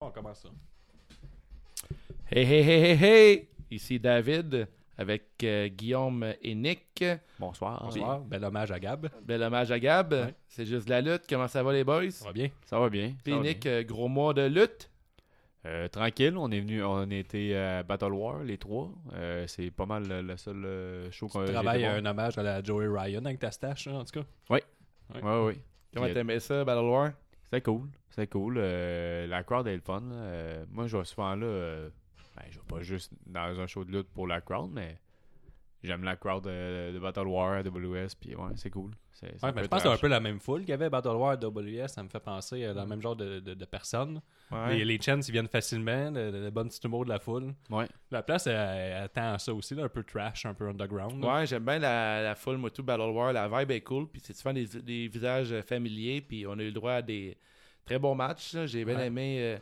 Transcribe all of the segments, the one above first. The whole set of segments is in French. faire Oh, ça. Hey, hey, hey, hey, hey! Ici David avec euh, Guillaume et Nick. Bonsoir. Bonsoir. Bel hommage à Gab. Bel hommage à Gab. Ouais. C'est juste de la lutte. Comment ça va, les boys? Ça va bien? Ça va bien. Puis ça va Nick, bien. euh, gros mois de lutte. Euh, tranquille, on est venu, on était à Battle War, les trois. Euh, c'est pas mal le, le seul euh, show qu'on a Tu travailles un hommage à la Joey Ryan avec ta stache, hein, en tout cas. Ouais, ouais. Comment Puis, euh, t'aimais ça, Battle War? C'était cool. C'était cool. Euh, la crowd est le fun. là. Euh, moi, je vais souvent là. euh, ben, je vais pas juste dans un show de lutte pour la crowd, mais j'aime la crowd euh, de Battle War à WS. Puis ouais, c'est cool. C'est, c'est Ouais, un mais peu je pense que c'est trash. un peu la même foule qu'il y avait à Battle War WS. Ça me fait penser à le même genre de, de- de personnes. Les, les chants, ils viennent facilement. Le, le bon petit humour de la foule. Ouais. La place, elle, elle attend à ça aussi. là, un peu trash, un peu underground. là. Ouais, j'aime bien la, la foule, moi tout, Battle War. La vibe est cool. Puis c'est souvent des, des visages euh, familiers. Puis on a eu le droit à des très bons matchs. là. J'ai bien Ouais. aimé euh,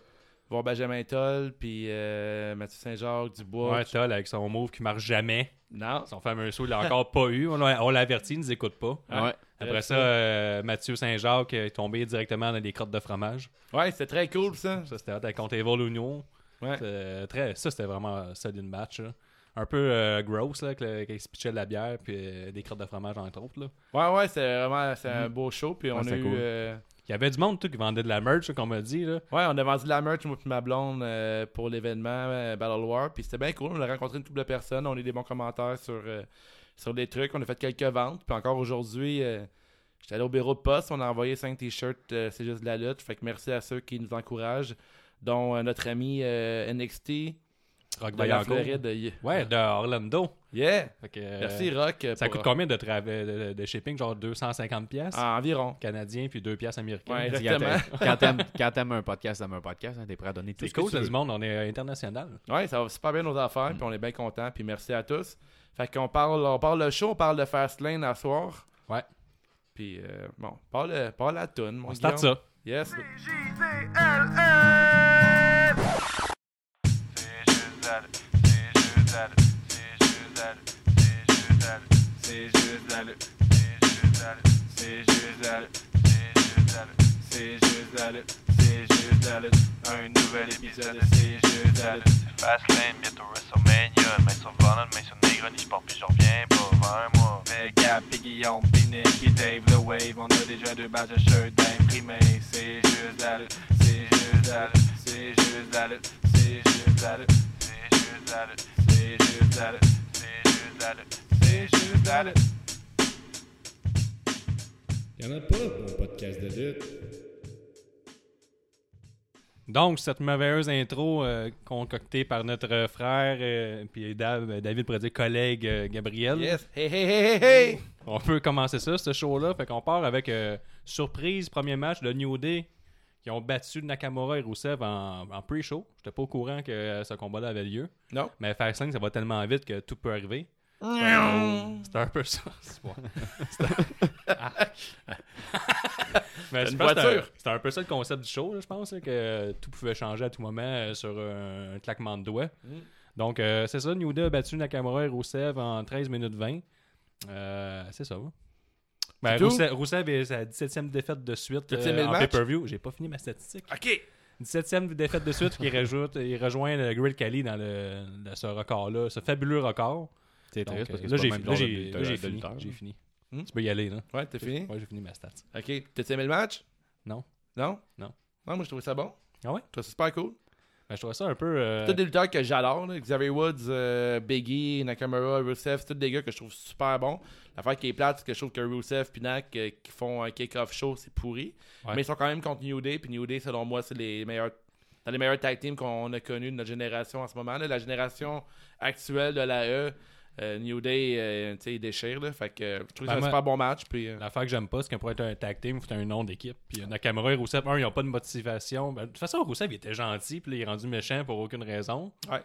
voir Benjamin Toll, puis euh, Mathieu Saint-Jacques, Dubois. Ouais, Toll avec son move qui marche jamais. Non. Son fameux saut, il l'a encore pas eu. On l'a on l'a averti, il nous écoute pas. Ouais. Après ça, euh, Mathieu Saint-Jacques est tombé directement dans des crottes de fromage. Ouais, c'était très cool, ça. Ça, c'était hot. Elle contre Evil Uno. Ouais. C'était Très, ça, c'était vraiment un solide match. là. Un peu euh, gross, là, que le- qu'il se pitchait de la bière puis euh, des crottes de fromage, entre autres. Là. Ouais, ouais, c'est vraiment c'est Mm. un beau show. Puis Ah, on a c'était eu. cool. euh, Il y avait du monde, tout, qui vendait de la merch, là, qu'on m'a dit. Là. Ouais, on a vendu de la merch, moi et ma blonde, euh, pour l'événement euh, Battle War. Puis c'était bien cool. On a rencontré une double personne. On a eu des bons commentaires sur, euh, sur des trucs. On a fait quelques ventes. Puis encore aujourd'hui, euh, j'étais allé au bureau de poste. On a envoyé 5 t-shirts. euh, C'est juste de la lutte. Fait que merci à ceux qui nous encouragent, dont euh, notre ami euh, NXT Rock de la Vaillancourt. Floride. Y- Ouais, de Orlando. Yeah! Fait que, euh, Merci, Rock. euh, Ça pour- coûte combien de, tra- de, de- de shipping Genre 250 pièces Ah, Environ. canadiens puis 2 pièces américaines. Ouais, Dis, Exactement. quand t'aimes- Quand t'aimes, quand t'aimes un podcast, t'aimes un podcast, hein, t'es prêt à donner tout c'est ce que cool, tu c'est veux. du monde, on est euh, international. Ouais, ça va super bien nos Mm. affaires, puis on est bien contents, puis merci à tous. Fait qu'on parle, on parle de show, on parle de Fastlane à soir. Ouais. Puis euh, bon, parle, euh, parle la toune, mon On start Guillaume. ça. Mm. Yes. Un nouvel épisode de C'est juste la lutte. Fastlane, bientôt WrestleMania. Mais sur Vernon, mais sur Negron, je pars puis je reviens pas vers moi. Avec Gap, puis Guillaume, puis Nick, puis Dave, The Wave. On a déjà deux badges de shirt d'imprimé. C'est juste la lutte, c'est juste la lutte, c'est juste la lutte, c'est juste la lutte, c'est juste la lutte, c'est juste la lutte, c'est juste la lutte, c'est juste la lutte. Il n'y en a pas de mon podcast de lutte. Donc, cette merveilleuse intro euh, concoctée par notre euh, frère, euh, puis Dave- euh, David pourrait dire collègue euh, Gabriel, Yes. Hey hey hey hey hey. on peut commencer ça, ce show-là. Fait qu'on part avec euh, surprise, premier match de New Day, qui ont battu Nakamura et Rousseff en, en pre-show. J'étais pas au courant que euh, ce combat-là avait lieu. Non. Mais Fast 5, ça va tellement vite que tout peut arriver. C'est un- C'est un peu ça. c'est pas- c'est un- Mais je une pense que c'est un- voiture. C'est un peu ça le concept du show, là, je pense, là, que tout pouvait changer à tout moment euh, sur un, un claquement de doigts. Mmh. Donc, euh, c'est ça, New Day a battu Nakamura et Rousseff en 13 minutes 20. Euh, c'est ça, ouais. Ben, C'est tout? Rousseff, Rousseff est sa 17e défaite de suite T'as-tu aimé euh, le en match? pay-per-view. J'ai pas fini ma statistique. Ah. OK. 17e défaite de suite qui rajoute, il rejoint le Great Cali dans le, dans ce record-là, ce fabuleux record. C'est Donc, triste parce euh, que là, c'est j'ai pas là, le même genre j'ai- de- là, j'ai de fini. lutteur, J'ai là. fini. Hmm? Tu peux y aller, là. Ouais, t'as fini. Ouais, j'ai fini ma stats. OK. T'as aimé le match Non. Non. Non. Non, moi je trouvais ça bon. Ah ouais? Je trouvais ça super cool. Ben, je trouvais ça un peu. euh, Tous des lutteurs que j'adore, là. Xavier Woods, euh, Biggie, Nakamura, Rusev, c'est tous des gars que je trouve super bons. L'affaire qui est plate, c'est que je trouve que Rusev puis Nak euh, qui font un kick-off show, c'est pourri. Ouais. Mais ils sont quand même contre New Day, puis New Day, selon moi, c'est les meilleurs dans les meilleurs tag teams qu'on a connus de notre génération en ce moment. là. La génération actuelle de la E, euh, New Day, euh, tu sais, ils déchirent. là. Fait que euh, je trouve Ben, que moi- c'est un super bon match. Puis, euh, L'affaire que j'aime pas, c'est que pour être un tag team, il faut un nom d'équipe. Puis euh, Nakamura et Rousseff, un, ils n'ont pas de motivation. Ben, de toute façon, Rousseff, il était gentil, puis là, il est rendu méchant pour aucune raison. Ouais.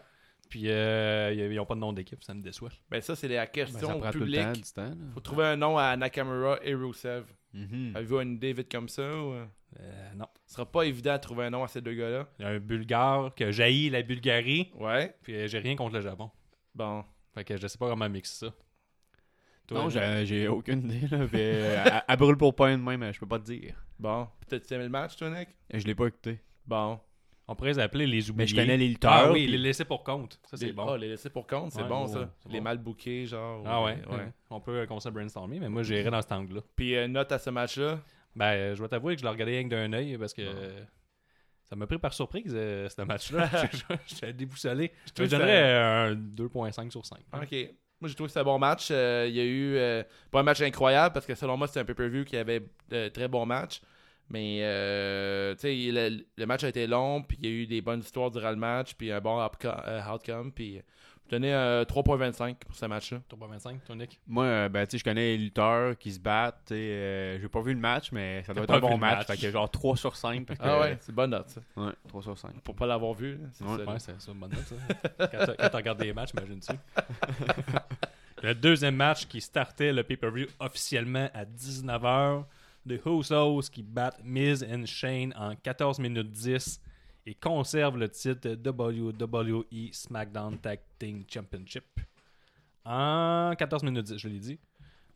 Puis euh, ils n'ont pas de nom d'équipe, ça me déçoit. ben, ça, c'est la Ben, ça question prend tout le temps, publique. du temps. là. Faut trouver un nom à Nakamura et Rusev. Hmm. Mhm. Avez-vous une idée vite comme ça ou, euh? Euh, non. Ce sera pas évident de trouver un nom à ces deux gars-là. Il y a un Bulgare que jaillit la Bulgarie, Ouais. puis euh, j'ai rien contre le Japon. Bon. Fait que je sais pas comment mixer ça. Toi, Non, Nick? euh, j'ai, j'ai aucune idée. Là, mais, euh, elle- elle brûle pour euh, pas une même, je peux pas te dire. Bon. Peut-être tu aimé le match, toi, Nick? Je l'ai pas écouté. Bon. On pourrait les appeler les oubliés. Mais je connais les lutteurs. Ah oui, puis- les laisser pour compte. Ça, c'est Les- bon. Ah, les laisser pour compte, c'est Ouais, bon, ouais, ouais, ça. c'est Les bon. mal bookés, genre. Ah ouais, ouais. On peut euh, qu'on se brainstormer, mais moi, j'irai dans cet angle-là. Puis euh, note à ce match-là. Ben, euh, je vais t'avouer que je l'ai regardé rien que d'un œil parce que euh, ça m'a pris par surprise, euh, ce match-là. J'étais déboussolé. Je te trouve que donnerais euh, un 2.5 sur 5. Ah Ok. Moi, j'ai trouvé que c'était un bon match. Euh, Il y a eu euh, pas un match incroyable parce que selon moi, c'était un pay-per-view qui avait de très bons matchs. Mais euh, tu sais, le, le match a été long, puis il y a eu des bonnes histoires durant le match, puis un bon outco- euh, outcome. Puis euh, je donnais euh, 3.25 pour ce match-là. Tour 25, ton Nick. Moi, euh, ben, tu sais, je connais les lutteurs qui se battent. tu sais, euh, J'ai pas vu le match, mais ça doit être pas un vu bon le match. match. Fait que genre 3 sur 5. parce que- Ah ouais, c'est une bonne note, ça. Ouais, 3 sur 5. Pour pas l'avoir vu, là, c'est Ouais. ça. là. Ouais, c'est ça, une bonne note, ça. quand t'as- quand tu regardes des matchs, imagine-tu. le deuxième match qui startait le pay-per-view officiellement à 19h. Les Usos qui battent Miz and Shane en 14 minutes 10 et conservent le titre WWE E SmackDown Tag Team Championship en 14 minutes 10, je l'ai dit.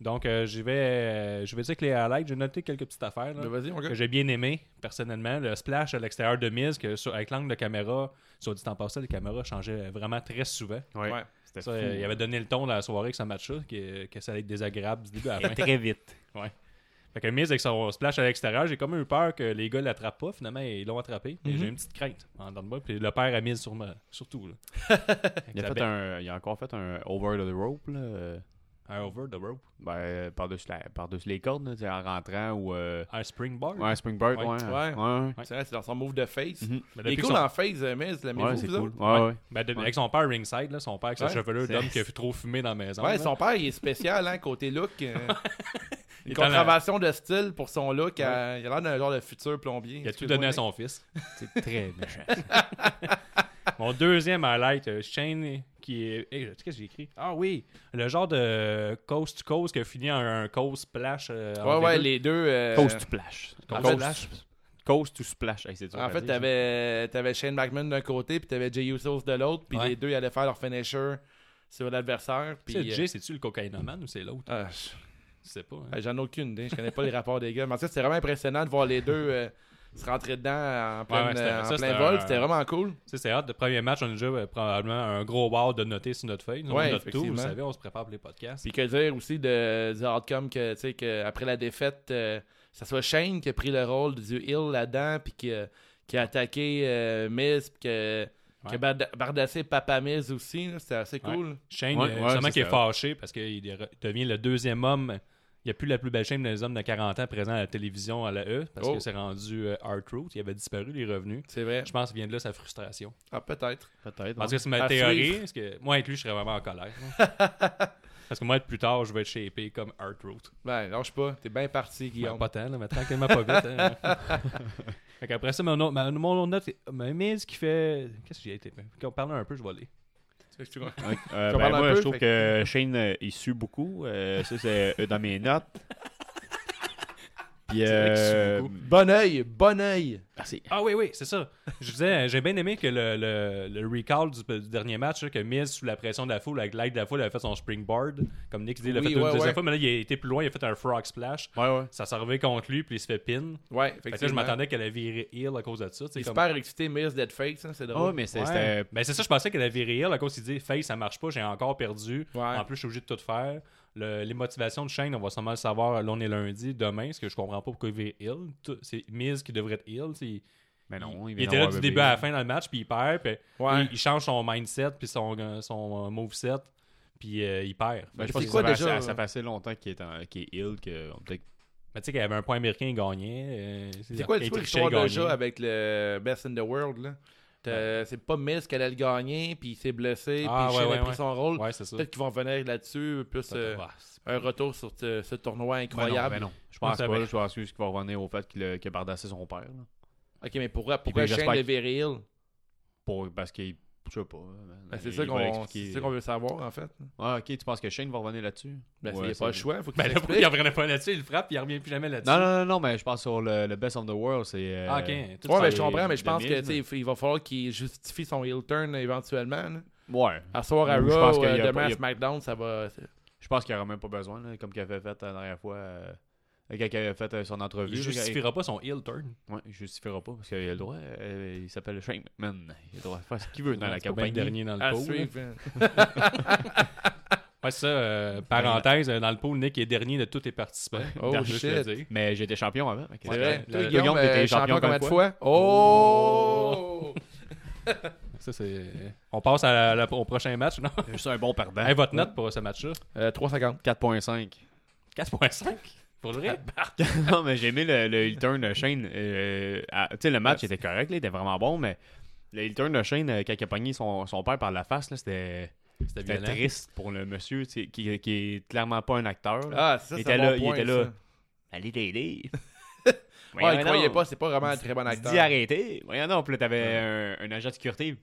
Donc, euh, je vais euh, je vais dire que les highlights, j'ai noté quelques petites affaires. là Mais vas-y, mon gars. que j'ai bien aimé, personnellement. Le splash à l'extérieur de mise, que sur- avec l'angle de caméra, soit dit en passant, les caméras changeaient vraiment très souvent. Ouais. Ouais. C'était Ça, fou. euh, il avait donné le ton de la soirée avec ce match-là, que, que ça allait être désagréable du début à la fin. Très vite. Fait que Miz, avec son splash à l'extérieur, j'ai quand même eu peur que les gars l'attrapent pas. Finalement, ils l'ont attrapé. Et Mhm. j'ai eu une petite crainte en dedans de moi. Puis le père a Miz sur ma- surtout. là. Avec Il a, sa fait belle- un, il a encore fait un over the rope, là. euh, un over the rope. Ben, euh, par-dessus la- par-dessus les cordes, là, tu sais, en rentrant ou. euh, Un springboard. Ouais, Springboard, Ouais. ouais. Ouais. Ouais, ouais. C'est vrai, c'est dans son move de face. Mhm. Mais Il est depuis cool que son- en face, euh, mais l'aimez-vous, Ouais, c'est vous cool. autres? Ouais, ouais. ben, de- Ouais. Avec son père ringside, là, son père avec sa Ouais. chevelure d'homme qui C'est- a trop fumé dans la maison. Ouais, là. son père, il est spécial, hein, côté look. euh, une dans la- contravention de style pour son look. euh, il a l'air d'un genre de futur plombier. Il a tout Excuse-moi, hein. donné à mec. son fils. C'est très méchant. Mon deuxième highlight, euh, Shane qui est. Hey, tu sais qu'est-ce que j'ai écrit Ah oui Le genre de coast to coast qui a fini en un coast splash. euh, Ouais, entre ouais, deux. les deux. euh, Coast to splash. en Coast- fait- Coast to splash. Hey, c'est dur En à fait, dire, t'avais, t'avais Shane McMahon d'un côté, puis t'avais Jay Usos de l'autre, puis Ouais. les deux, ils allaient faire leur finisher sur l'adversaire. Tu Puis, sais, euh, Jay, c'est-tu le cocaïnomane ou c'est l'autre ah, je- Je sais pas. hein. ah, j'en ai aucune idée, je connais pas les rapports des gars. Mais en tout cas, c'était vraiment impressionnant de voir les deux euh, se rentrer dedans en plein, ouais, c'était- euh, en ça, plein c'était vol, un- c'était vraiment cool. Tu sais, c'est hâte. Le premier match, on a déjà euh, probablement un gros wow de noter sur notre feuille. Nous, Ouais, on note tout, vous effectivement. savez, on se prépare pour les podcasts. Puis que dire aussi de, du outcome que, tu sais, que après la défaite, euh, ça soit Shane qui a pris le rôle du heel là-dedans, puis qui, a- qui a attaqué euh, Miz, puis que, Ouais. qui a barda- bardassé Papa Miz aussi, là, c'était assez Ouais. cool. Shane, Ouais, euh, ouais, justement, c'est qui est ça. fâché parce qu'il est re- devient le deuxième homme. Il n'y a plus la plus belle chaîne des hommes de 40 ans présents à la télévision à la E parce Oh. que c'est rendu Art Root. Il avait disparu, il est revenu. C'est vrai. Je pense qu'il vient de là sa frustration. Ah, peut-être. Peut-être. hein. Parce que c'est ma À théorie. suivre. Parce que moi, avec lui, je serais vraiment en colère. parce que moi, plus tard, je vais être shapé comme Art Root. Ben, lâche pas, t'es bien parti, Ben, Guillaume. pas tant, là, mais tranquillement pas vite. Hein. fait qu'après ça, mon autre, ma- mon autre note, c'est ma mise qui fait. Qu'est-ce que j'ai été Quand on parle un peu, je vais aller. Excuse-moi. Ouais, euh, J'en ben, parle un moi, peu, je trouve fait que Shane, euh, il sue beaucoup. Euh, ça, c'est euh, dans mes notes. Puis, vrai qu'il sue euh, beaucoup. Bon oeil, bon oeil. merci. Ah oui, oui, c'est ça. Je disais, euh, j'ai bien aimé que le, le- le recall du, du dernier match, là, que Miz, sous la pression de la foule, avec l'aide de la foule, avait fait son springboard. Comme Nick dit, il l'a Oui, fait une ouais, deuxième ouais. fois, mais là, il a été plus loin, il a fait un frog splash. Ouais, ouais. Ça servait contre lui, puis il se fait pin. Ouais, Fait effectivement. que là, je m'attendais qu'elle allait virer heel à cause de ça. tu sais, Il est comme- super excité, Miz Dead Fake, ça, Ah, c'est drôle. mais c'est- Ouais. c'était. Ben, c'est ça, je pensais qu'elle avait réel à cause qu'il dit Face, ça marche pas, j'ai encore perdu. Ouais. En plus, je suis obligé de tout faire. Le- les motivations de Shane, on va sûrement le savoir l'on est lundi, demain, parce que je comprends pas pourquoi il vire heel. Tout- C'est Miz qui devrait être heel. tu sais, Il, Mais Ben non, il, il vient était là d'avoir du bébé. début à la fin dans le match, puis il perd, puis Ouais. il, il change son mindset, puis son, euh, son euh, moveset, puis euh, il perd. Fait que Ben, je je pense pense- que quoi ça fait déjà, assez- euh? ça fait assez longtemps qu'il est, en- qu'il est ill que on peut-être Ben Mais tu sais qu'il y avait un point américain, il gagnait. euh, C'est quoi il le trichait, il l'histoire déjà gagnait. avec le Best in the World, là? T'as- C'est pas Miz qu'elle allait le gagner, puis il s'est blessé, Ah, puis ouais, Shane a ouais, pris ouais. son rôle. Ouais, c'est ça. Peut-être qu'ils vont revenir là-dessus, plus euh, Ouais, c'est- un retour sur ce, ce tournoi incroyable. Ben non, ben non. Je pense Non, ça pas. va. Je pense juste qu'il va revenir au fait qu'il a, qu'il a bardassé son père. là. Ok, mais pourquoi, pourquoi puis Shane Ben, le j'espère viril Pour, parce qu'il. Je sais pas. man. Ben, C'est Il ça va qu'on l'expliquer. c'est ça qu'on veut savoir, en fait. Ah, ok, tu penses que Shane va revenir là-dessus euh, Ben, Ouais, il n'y a ça- pas le choix, faut qu'il Ben là, pourquoi s'explique. il revenait pas là-dessus, il le frappe, puis il revient plus jamais là-dessus. Non, non, non, non, mais je pense sur le, le Best of the World, c'est. euh, Ah, ok. Tout Ouais, ça, mais je il- comprends, mais je de pense que Miz, tu sais, il faut- il va falloir qu'il justifie son heel turn éventuellement. là. Ouais. À soir à Ou je pense Raw, qu'il y euh, a pas- demain il y à a- SmackDown, ça va. Je pense qu'il n'y aura même pas besoin, là, comme qu'il avait fait la dernière fois. euh, Euh, Quand il avait fait euh, son entrevue. Il justifiera pas son heel turn. Ouais, il justifiera pas parce qu'il a le droit. euh, il s'appelle Shane McMahon. Il a le droit de faire ce qu'il veut dans la C'est pas bien campagne. le dernier dans le À pot. là. suivre, hein. Ouais, ça, euh, parenthèse, euh, dans le pool, Nick est dernier de tous les participants. Oh, T'as juste à shit. dire. Mais j'étais champion avant. C'est vrai. Le- Toi, le- Guillaume, Guillaume, euh, t'étais champion champion combien de comme fois? Oh! Ça, c'est... On passe à la- la- au prochain match, non? Juste un bon perdant. Hey, votre note pour ce match-là? Euh, 3,50. 4.5. 4.5? Pour Ah, vrai? ben, non, mais j'ai aimé le, le heel turn de Shane. euh, à- tu sais, le match était correct, là, il était vraiment bon, mais le heel turn de Shane, euh, quand il a pogné son, son père par la face, là, c'était C'était c'était violent. triste pour le monsieur tu sais, qui, qui est clairement pas un acteur. là. Ah, ça, Il c'est un était bon là, il point, était là. ça. Ah, Allez t'aider. Ouais, il croyait pas, c'est pas vraiment un très bon acteur. Dis arrêter. Voyons non, puis là, t'avais un, un agent de sécurité.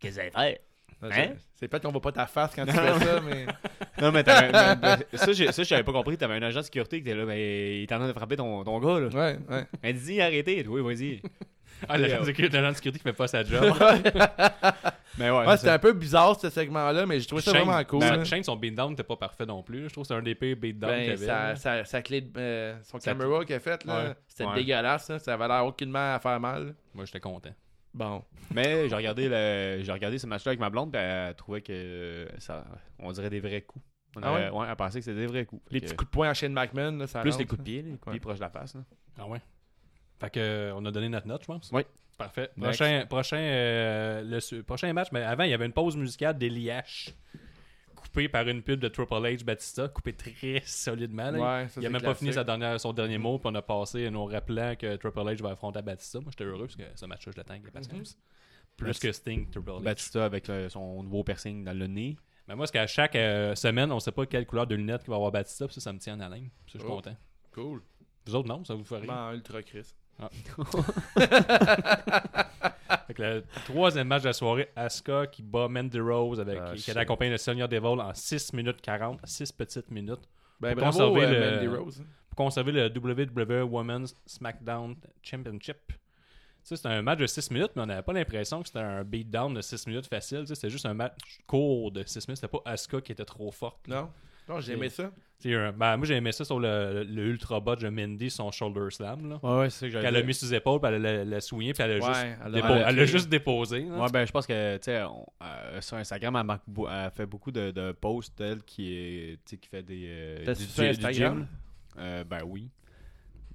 Qu'est-ce que vous allez Non, Hein? c'est- C'est peut-être qu'on voit pas ta face quand tu fais ça, mais. faire? Non, mais t'avais. un- mais- ça, j'ai- ça, je n'avais pas compris. T'avais un agent de sécurité qui était là, mais il est en train de frapper ton, ton gars, là. Ouais, ouais. Mais dis arrêter. Oui, vas-y. Ah, l'agent de sécurité- l'agent de sécurité qui fait pas sa job. Mais ouais. Ouais, c'était un peu bizarre ce segment-là, mais j'ai trouvé ça Shane- vraiment cool. Ben, là. Shane, son beatdown n'était pas parfait non plus. Je trouve que c'est un des pires beatdowns qu'il y Ben, avait. sa, sa, sa clé de. euh, son caméra qu'il a faite, là, Ouais. c'était Ouais. dégueulasse, là. ça avait l'air aucunement à faire mal. Moi, j'étais content. Bon. Mais j'ai regardé, le- j'ai regardé ce match-là avec ma blonde, puis elle trouvait que euh, ça, on dirait des vrais coups. On Ah avait- ouais? elle pensait que c'était des vrais coups. Les Fait petits que- coups de poing à Shane McMahon, là, ça plus rentre, les coups de ça. pied, les coups de Ouais. pied proches de la face. là. Ah ouais? Fait que, euh, on a donné notre note, je pense. Oui. Parfait. Next. Prochain, prochain, euh, le su- prochain match, mais avant, il y avait une pause musicale des Liaches. Coupée par une pub de Triple H Batista, coupée très solidement. là. Ouais, ça, il a même c'est pas classique. fini sa dernière, son dernier mot, puis on a passé en nous rappelant que Triple H va affronter Batista. Moi, j'étais heureux parce que ce match-là, je l'attends avec patience. Mhm. Plus que Sting, Triple H. Batista avec euh, son nouveau piercing dans le nez. Mais moi, c'est qu'à chaque euh, semaine, on sait pas quelle couleur de lunettes qu'il va avoir Batista, puis ça, ça me tient en haleine. Puis Ça, je suis Oh. Ben, content. Cool. Vous autres, non, ça vous fait rire. Vraiment ultra Chris. Fait que le troisième match de la soirée, Asuka qui bat Mandy Rose avec, Ah, qui shit. est accompagné de Sonia Devil en 6 minutes 40, 6 petites minutes, Ben, Pour bravo, conserver euh, le- Mandy Rose. pour conserver le WWE Women's SmackDown Championship. Tu sais, C'était un match de 6 minutes, mais on n'avait pas l'impression que c'était un beatdown de 6 minutes facile. tu sais, C'était juste un match court de 6 minutes. C'était pas Asuka qui était trop forte. là. Non? Non, j'ai aimé ça. Tu sais, un- ben, moi, j'ai aimé ça sur le, le ultra bot de Mandy, son shoulder slam. Là. Ouais, ouais, c'est ça que j'avais. Elle l'a mis sur ses épaules, puis elle l'a- l'a souillé, puis elle l'a Ouais, juste, elle l'a dépo- marqué. elle l'a juste déposé. là. Ouais, ben je pense que, tu sais, on- euh, sur Instagram, elle, marque beau- elle fait beaucoup de, de posts, elle, qui, est, tu sais, qui fait des. euh, T'as du, sur du- du Instagram? gym. Euh, ben oui.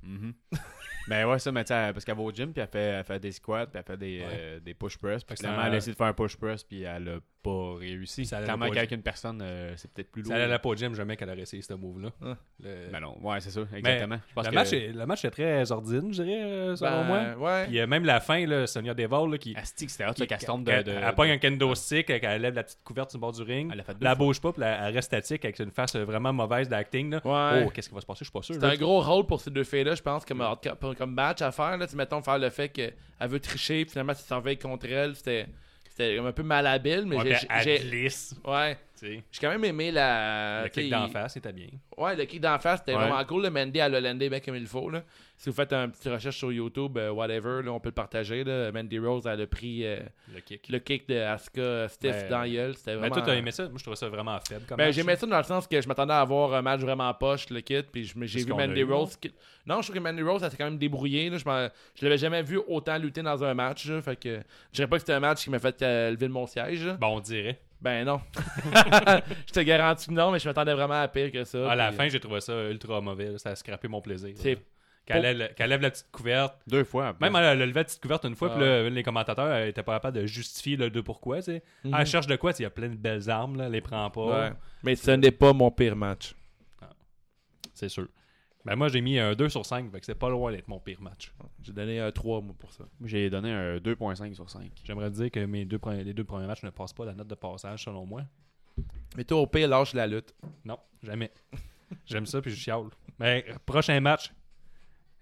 Mhm. ben ouais, ça, mais tu sais, elle- parce qu'elle va au gym, puis elle fait, elle fait des squats, puis elle fait des, Ouais. euh, des push press. Fait Puis que finalement, ça- elle a essayé de faire un push press, puis elle a pas réussi. Ça allait Clairement pas au qu'avec une personne, euh, c'est peut-être plus Ça lourd. allait à la peau de gym, jamais qu'elle aurait essayé ce move-là. Ah. Le- Ben non, ouais, c'est ça, exactement. Je pense le, que- match est, le match est très ordine, je dirais, euh, selon Ben, moi. Ouais. Puis euh, même la fin, là, Sonia Devol, là, qui. Asti, que c'était hot, le qui- castombe de. elle- de- elle pogne de- un kendo stick, euh, qu'elle lève la petite couverte sur le bord du ring. Elle l'a fait deux la fois. bouge pas, puis elle elle reste statique avec une face euh, vraiment mauvaise d'acting. là. Ouais. Oh, qu'est-ce qui va se passer, je suis pas sûr. C'est là. un gros rôle pour ces deux filles-là, je pense, comme, hard- pour- comme match à faire. Là, Tu sais, mettons, faire le fait qu'elle veut tricher, puis finalement, tu surveilles contre elle. C'était c'était comme un peu malhabile, mais Ouais, j'ai- puis elle- j'ai. elle j'ai- glisse. Ouais, tu sais. j'ai quand même aimé la. Le tu sais, kick d'en il- face, c'était bien. Ouais, le kick d'en face, c'était Ouais. vraiment cool. Le Mandy, elle a landé bien comme il faut. Là. Si vous faites une petite recherche sur YouTube, euh, whatever, là, on peut le partager. Là. Mandy Rose, elle a pris euh, Le kick. le kick de Asuka Stiff Ben, dans la gueule. C'était Mais vraiment. euh, toi, t'as aimé ça? Moi, je trouvais ça vraiment faible. Comme Ben, match, j'aimais là. ça dans le sens que je m'attendais à avoir un match vraiment poche, le kit, puis je me- j'ai C'est ce vu qu'on a Mandy eu, Rose. qui- Non, je trouve que Mandy Rose, elle s'est quand même débrouillée. Là. Je, m'en- je l'avais jamais vu autant lutter dans un match. là. Fait que je dirais pas que c'était un match qui m'a fait euh, lever de mon siège. là. Bon, on dirait. Ben non. je te garantis que non, mais je m'attendais vraiment à pire que ça. À la puis, fin, euh, j'ai trouvé ça ultra mauvais. là. Ça a scrappé mon plaisir. C'est- là. Qu'elle lève le- qu'elle lève la petite couverte. Deux fois. en plus. Même elle a levé la petite couverte une fois, Ah puis là, les commentateurs euh, étaient pas capables de justifier le de pourquoi. tu sais. Ah, Elle cherche de quoi, tu sais, il y a plein de belles armes, là, elle les prend pas. Mhm. euh, ouais. Mais ce n'est pas mon pire match. C'est sûr. Ben moi, j'ai mis un 2 sur 5, fait que c'est pas loin d'être mon pire match. J'ai donné un 3 moi pour ça. J'ai donné un 2.5 sur 5. J'aimerais dire que mes deux premi- les deux premiers matchs ne passent pas la note de passage, selon moi. Mais toi au pire lâche la lutte. Non, jamais. J'aime ça, puis je chiale. Mais euh, prochain match,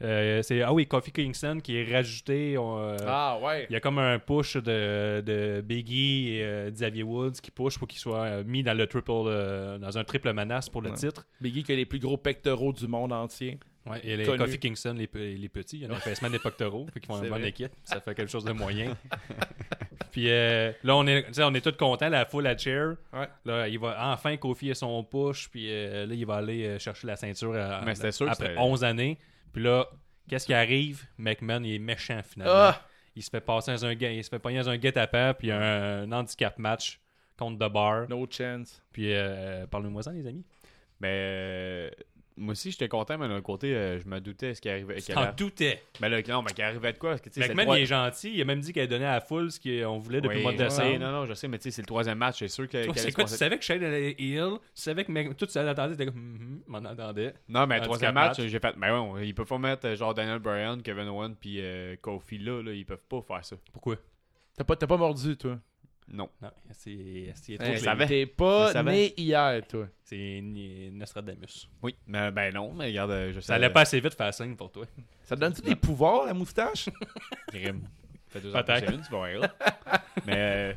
euh, c'est... Ah oui, Kofi Kingston qui est rajouté... euh, ah ouais. Il y a comme un push de, de Biggie et euh, Xavier Woods qui push pour qu'il soit euh, mis dans le triple euh, dans un triple menace pour le Ouais. titre. Biggie qui a les plus gros pectoraux du monde entier. Ouais, et les Connu. Coffee Kingston, les, pe- les petits, il y en a un placement d'époque taureau, fait qu'ils font C'est une bonne vrai. équipe. Ça fait quelque chose de moyen. Puis euh, là, on est, tu sais, on est tous contents, la foule à cheer. Ouais. Là, il va enfin Kofi et son push, puis euh, là, il va aller euh, chercher la ceinture à- Mais c'était sûr que après c'était- 11 années. Puis là, qu'est-ce qui arrive? McMahon, il est méchant finalement. Ah! Il se fait passer dans un, guet- il se fait pogner dans un guet-apens, puis un, un handicap match contre The Bar. No chance. Puis euh, parlez-moi-en, les amis. Mais euh, moi aussi, j'étais content, mais d'un autre côté, euh, je me doutais ce qui arrivait. qu'il T'en allait- doutais. Mais là, non, mais qu'il arrivait de quoi? Parce que, tu sais, c'est McMahon, trois- il est gentil. Il a même dit qu'il a donné à la foule ce qu'on voulait depuis le Oui, mois de je sais, décembre. Non, non, je sais, mais tu sais, c'est le troisième match, c'est sûr que. Toi, qu'elle c'est allait quoi, se tu passer- savais que Shane allait heal, tu savais que Meg- tout ça l'attendait, t'étais comme, hum, hum, m'en attendait. Non, mais Handicap le troisième match, match. j'ai fait. Mais ouais, ils peuvent pas mettre euh, genre Daniel Bryan, Kevin Owen, puis euh, Kofi là, là, ils peuvent pas faire ça. Pourquoi? T'as pas, t'as pas mordu, toi. Non. Non, c'est, c'est, Hey, trop ça- savait. T'es Je pas savais. né hier, toi. c'est Ni- Nostradamus. Oui. Mais ben non, mais regarde, euh, je sais. Ça allait pas assez vite faire signe pour toi. Ça te donne-tu des pouvoirs, la moustache? Grim. Fait deux ans que Peut-être. j'ai une, tu vas voir. mais euh,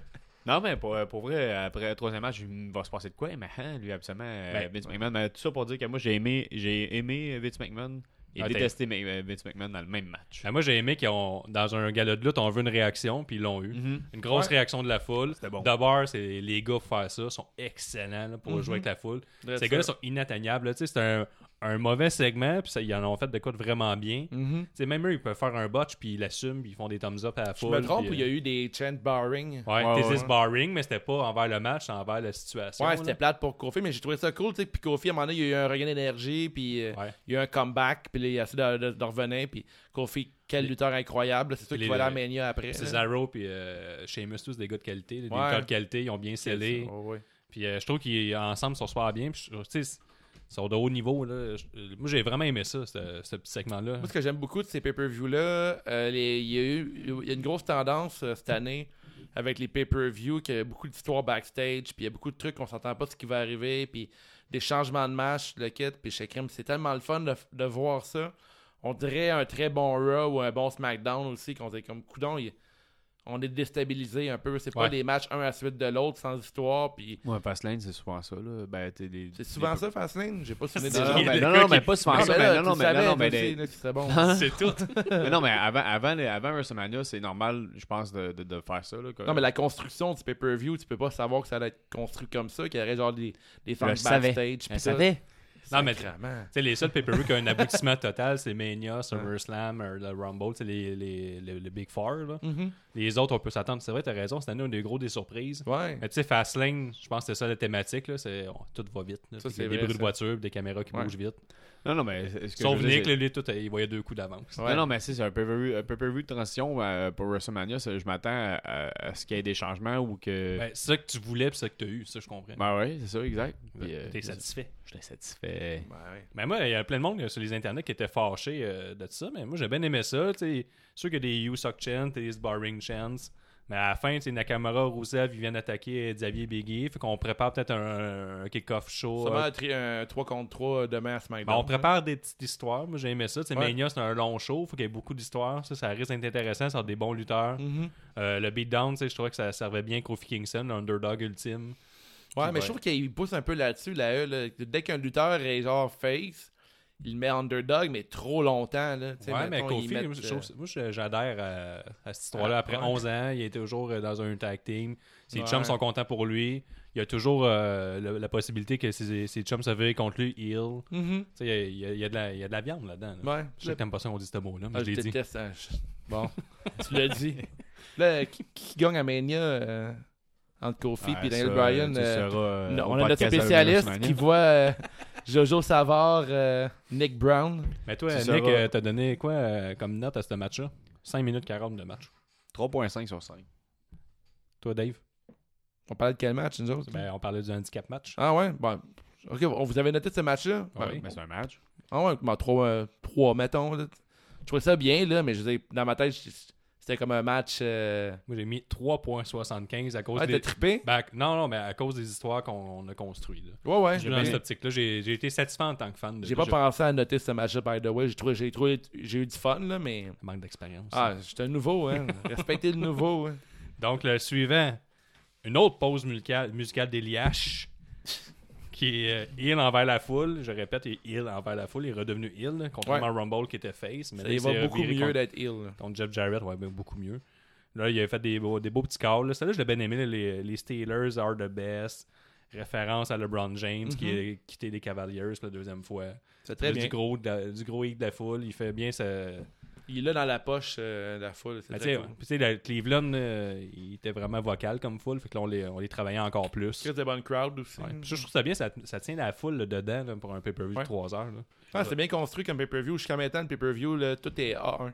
non, mais pour, euh, pour vrai, après le troisième match, il va se passer de quoi? Mais hein, lui, absolument, euh, Ben, Vince McMahon. Mais tout ça pour dire que moi, j'ai aimé, j'ai aimé euh, Vince McMahon et Ah, t'as- détesté Ma- euh, Vince McMahon dans le même match. Ah, moi, j'ai aimé qu'ils ont, dans un gala de lutte, on veut une réaction, puis ils l'ont eu. Mhm. Une grosse Ouais. réaction de la foule. C'était bon. D'abord, c'est les gars pour faire ça, sont excellents là, pour Mhm. jouer avec la foule. Dresse Ces gars-là ça. sont inatteignables. là. Tu sais, C'est un, un mauvais segment, puis ça, ils en ont fait de quoi de vraiment bien. Mhm. Tu sais, même eux, ils peuvent faire un botch, puis ils l'assument, puis ils font des thumbs up à la Je foule. me trompe puis, euh, ou il y a eu des chants barring? Ouais, Ouais, t'es ouais. juste barring, mais c'était pas envers le match, c'était envers la situation. Ouais, là. c'était plate pour Kofi, mais j'ai trouvé ça cool, tu sais. Puis Kofi, à un moment donné, il y a eu un regain d'énergie, puis euh, Ouais. il y a eu un comeback, puis là, il a essayé de, de- de revenir, puis Kofi, quel lutteur incroyable. C'est sûr Les- qu'il va aller à Mania après. là. Cesaro puis euh, Sheamus, tous des gars de qualité, des Ouais. gars de qualité, ils ont bien scellé. Ouais, ouais. Puis euh, je trouve qu'ensemble, ils sont super bien. Puis, je- tu sais, ils sont de haut niveau. Là. Je- euh, moi, j'ai vraiment aimé ça, ce, ce petit segment-là. Moi, ce que j'aime beaucoup de ces pay-per-views-là, euh, les- il y, a eu- il y a une grosse tendance euh, cette année avec les pay-per-views, qu'il y a beaucoup d'histoires backstage, puis il y a beaucoup de trucs qu'on s'entend pas de ce qui va arriver, puis des changements de match, le kit, puis chez Crème, c'est tellement le fun de, de voir ça. On dirait un très bon Raw ou un bon SmackDown aussi, qu'on est comme coudon, on est déstabilisé un peu. C'est pas Ouais. des matchs un à la suite de l'autre sans histoire, puis Ouais, Fastlane, c'est souvent ça. Là. Ben, t'es des- c'est des- souvent ça, Fastlane. J'ai pas souvenir de C'est Non, ça. Il non, y a mais- des non, gars non, qui- mais pas souvent ça. là, Ben, tu Non, non, le mais savais, non, non, toi mais aussi, des- là, que c'était bon. C'est tout. Mais non, mais avant, avant, les- avant WrestleMania, c'est normal, je pense, de, de, de faire ça. Là, que- Non, mais la construction du pay-per-view, tu peux pas savoir que ça allait être construit comme ça, qu'il y aurait genre des, des fans le savais. backstage. Je savais. Non, mais- vraiment. Tu sais, les seuls pay-per-view qui ont un aboutissement total, c'est Mania, SummerSlam, euh, le Rumble, tu sais, les, les, le, le Big Four. là. Mm-hmm. Les autres, on peut s'attendre. C'est vrai, t'as raison. Cette année, on a eu gros des surprises. Ouais. Mais tu sais, Fastlane, je pense que c'est ça la thématique. Là, c'est, on- tout va vite. là. Ça, Puis il y a des c'est vrai, bruits de ça. voiture, puis des caméras qui Ouais. bougent vite. Non, non, mais. ce que Sauf je veux dire, Nick, c'est- là, lui, tout, euh, il voyait deux coups d'avance. Ouais. Non, non, mais c'est c'est un pay-per-view un pay-per-view de transition euh, pour WrestleMania. ça, Je m'attends à, à- à ce qu'il y ait des changements ou que. Ben, c'est ça que tu voulais, puis ça que tu as eu. Ça, je comprends. Ben ouais, c'est ça, exact. Puis, euh, T'es c'est ça. satisfait. J'étais satisfait. Ouais. Mais moi, il y a plein de monde euh, sur les internets qui étaient fâchés euh, de tout ça, mais moi, j'ai bien aimé ça. tu sais. C'est sûr qu'il y a des You Suck Chants, des Sparring Chants. Mais à la fin, tu sais, Nakamura, Rusev, ils viennent attaquer euh, Xavier Biggie. Fait qu'on prépare peut-être un, un kick-off show. Sûrement euh, un, tri- un 3 contre 3 demain à SmackDown. Ben, on prépare des petites histoires. Moi, j'ai aimé ça. Tu sais, Ouais. Mania, c'est un long show. Faut qu'il y ait beaucoup d'histoires. Ça, ça risque d'être intéressant. Ça a des bons lutteurs. Mhm. Euh, le beatdown, tu sais, je trouvais que ça servait bien Kofi Kingston, l'underdog ultime. Ouais, mais je trouve qu'il pousse un peu là-dessus, la E, là, que Dès qu'un lutteur est genre face, il le met underdog, mais trop longtemps, là. Tu sais, ouais, mais mettons, Kofi, ils mettent, euh, moi, je trouve- moi, je- j'adhère à, à cette Ah, histoire-là. Après ouais. 11 ans, il est toujours euh, dans un tag team. Ses Ouais. chums sont contents pour lui. Il y a toujours euh, le- la possibilité que ses, ses chums se virent contre lui, heal. euh, mhm. Tu sais, Il y, a- il y a- il y a de la- il y a de la viande là-dedans. là. Ouais. Je sais que t'aimes pas ça qu'on dit ce mot-là, mais Ah, je je l'ai dit. déteste. hein, je- Bon, tu l'as dit. Là, qui, qui gagne à Mania euh, entre Kofi et Daniel Bryan euh, Non, on a notre spécialiste qui voit euh, Jojo Savard, euh, Nick Brown. Mais toi, Tu Nick, sauras. euh, t'as donné quoi euh, comme note à ce match-là 5 minutes 40 de match. 3.5 sur 5. Toi, Dave On parlait de quel match, nous autres? ben, On parlait du handicap match. Ah ouais? Bon. Ok, on vous avait noté ce match-là? Ben, Oui. Mais c'est un match. Ah ouais, ben, trois, euh, trois, mettons. là. Je trouvais ça bien, là, mais je veux dire, dans ma tête, je- c'était comme un match... Euh... Moi, j'ai mis 3,75 à cause Ouais, t'as des. trippé? Ben, non, non, mais à cause des histoires qu'on on a construites. là. Ouais, ouais. Dans cette optique-là, j'ai j'ai été satisfait en tant que fan. de- J'ai pas je- pensé à noter ce match-là, by the way. J'ai trouvé, j'ai trouvé- j'ai eu du fun, là, mais... Manque d'expérience. Ah, j'étais nouveau, hein. Respectez le nouveau, hein. Donc, le suivant, une autre pause musicale, musicale des Liaches. qui est euh, heel envers la foule. Je répète, il est heel envers la foule. Il est redevenu heel, là, contrairement à Rumble qui était face. Mais Ça là, y il s'est va beaucoup reviré mieux contre- d'être ill. Contre Jeff Jarrett, ouais, ben, beaucoup mieux. Là, il a fait des beaux, des beaux petits calls. là. Celle-là, je l'ai bien aimé. là, les, les Steelers are the best. Référence à LeBron James qui a quitté les Cavaliers la deuxième fois. C'est Mhm. très Là, bien. Du gros, de la- du gros hic de la foule. Il fait bien sa, Il est là dans la poche euh, de la foule. C'est Ben, très t'sais, cool. ouais. Puis, t'sais, le Cleveland, euh, il était vraiment vocal comme foule, fait que là, on les, on les travaillait encore plus. Chris de bonne crowd aussi. Ouais. Puis ça, je trouve ça bien, ça, ça tient la foule là, dedans là, pour un pay-per-view Ouais. de 3 heures. Là. Ah, c'est bien construit comme pay-per-view. Jusqu'à maintenant, le pay-per-view, là, tout est A1.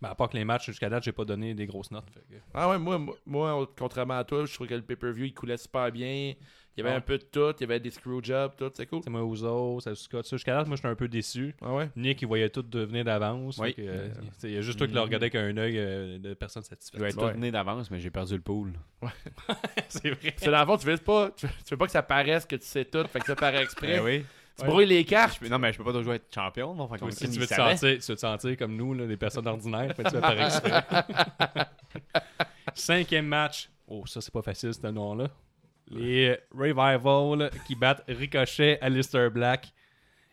Ben, à part que les matchs jusqu'à date, j'ai pas donné des grosses notes. fait que- Ah ouais, moi, moi- moi, contrairement à toi, je trouvais que le pay-per-view, il coulait super bien. Il y avait Ouais. un peu de tout. Il y avait des screwjobs, tout. C'est cool. T'sais, moi, Ouzo, Sasuka, tout ça, jusqu'à date, moi, j'étais un peu déçu. Ah ouais. Nick, il voyait tout devenir d'avance. fait Oui. que, euh, t'sais, Il y a juste toi qui le regardais avec un œil euh, de personne Je dois satisfaite. être tourné d'avance, mais j'ai perdu le pool. c'est vrai. C'est dans le fond, tu veux pas, tu, veux- tu veux pas que ça paraisse que tu sais tout, fait que ça paraît Ben exprès. oui. Tu brouilles les cartes. Non, mais je peux pas toujours être champion. Mon Toi aussi, tu veux, te sentir, tu veux te sentir comme nous, là, des personnes ordinaires. fait que tu vas par exprès. Cinquième match. Oh, ça, c'est pas facile, ce nom-là. Les euh, Revival qui battent Ricochet, Alistair Black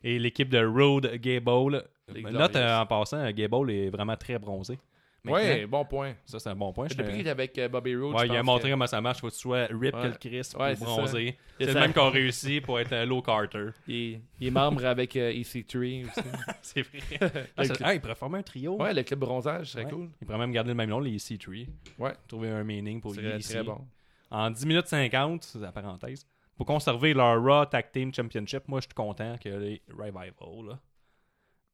et l'équipe de Road Gable. Les Note Glorious. euh, en passant, Gable est vraiment très bronzé. Maintenant, Ouais, bon point. Ça, c'est un bon point. Je Depuis qu'il te- était avec euh, Bobby Roode, Ouais, je il a pense montré que- comment ça marche. Faut que tu sois rip Ouais. que le Christ Ouais, c'est pour ça. bronzer. Et C'est le ça- même qu'on réussit pour être euh, low Carter. Il, est- il est membre avec euh, EC3 aussi. C'est vrai. Ah, ça- ah, il pourrait former un trio. ouais, le club bronzage, serait Ouais. cool. Il pourrait même garder le même nom, les EC3. Ouais. Trouver un meaning pour C'est les très bon. En 10 minutes 50, c'est la parenthèse, pour conserver leur Raw Tag Team Championship, moi, je suis content que les Revival là,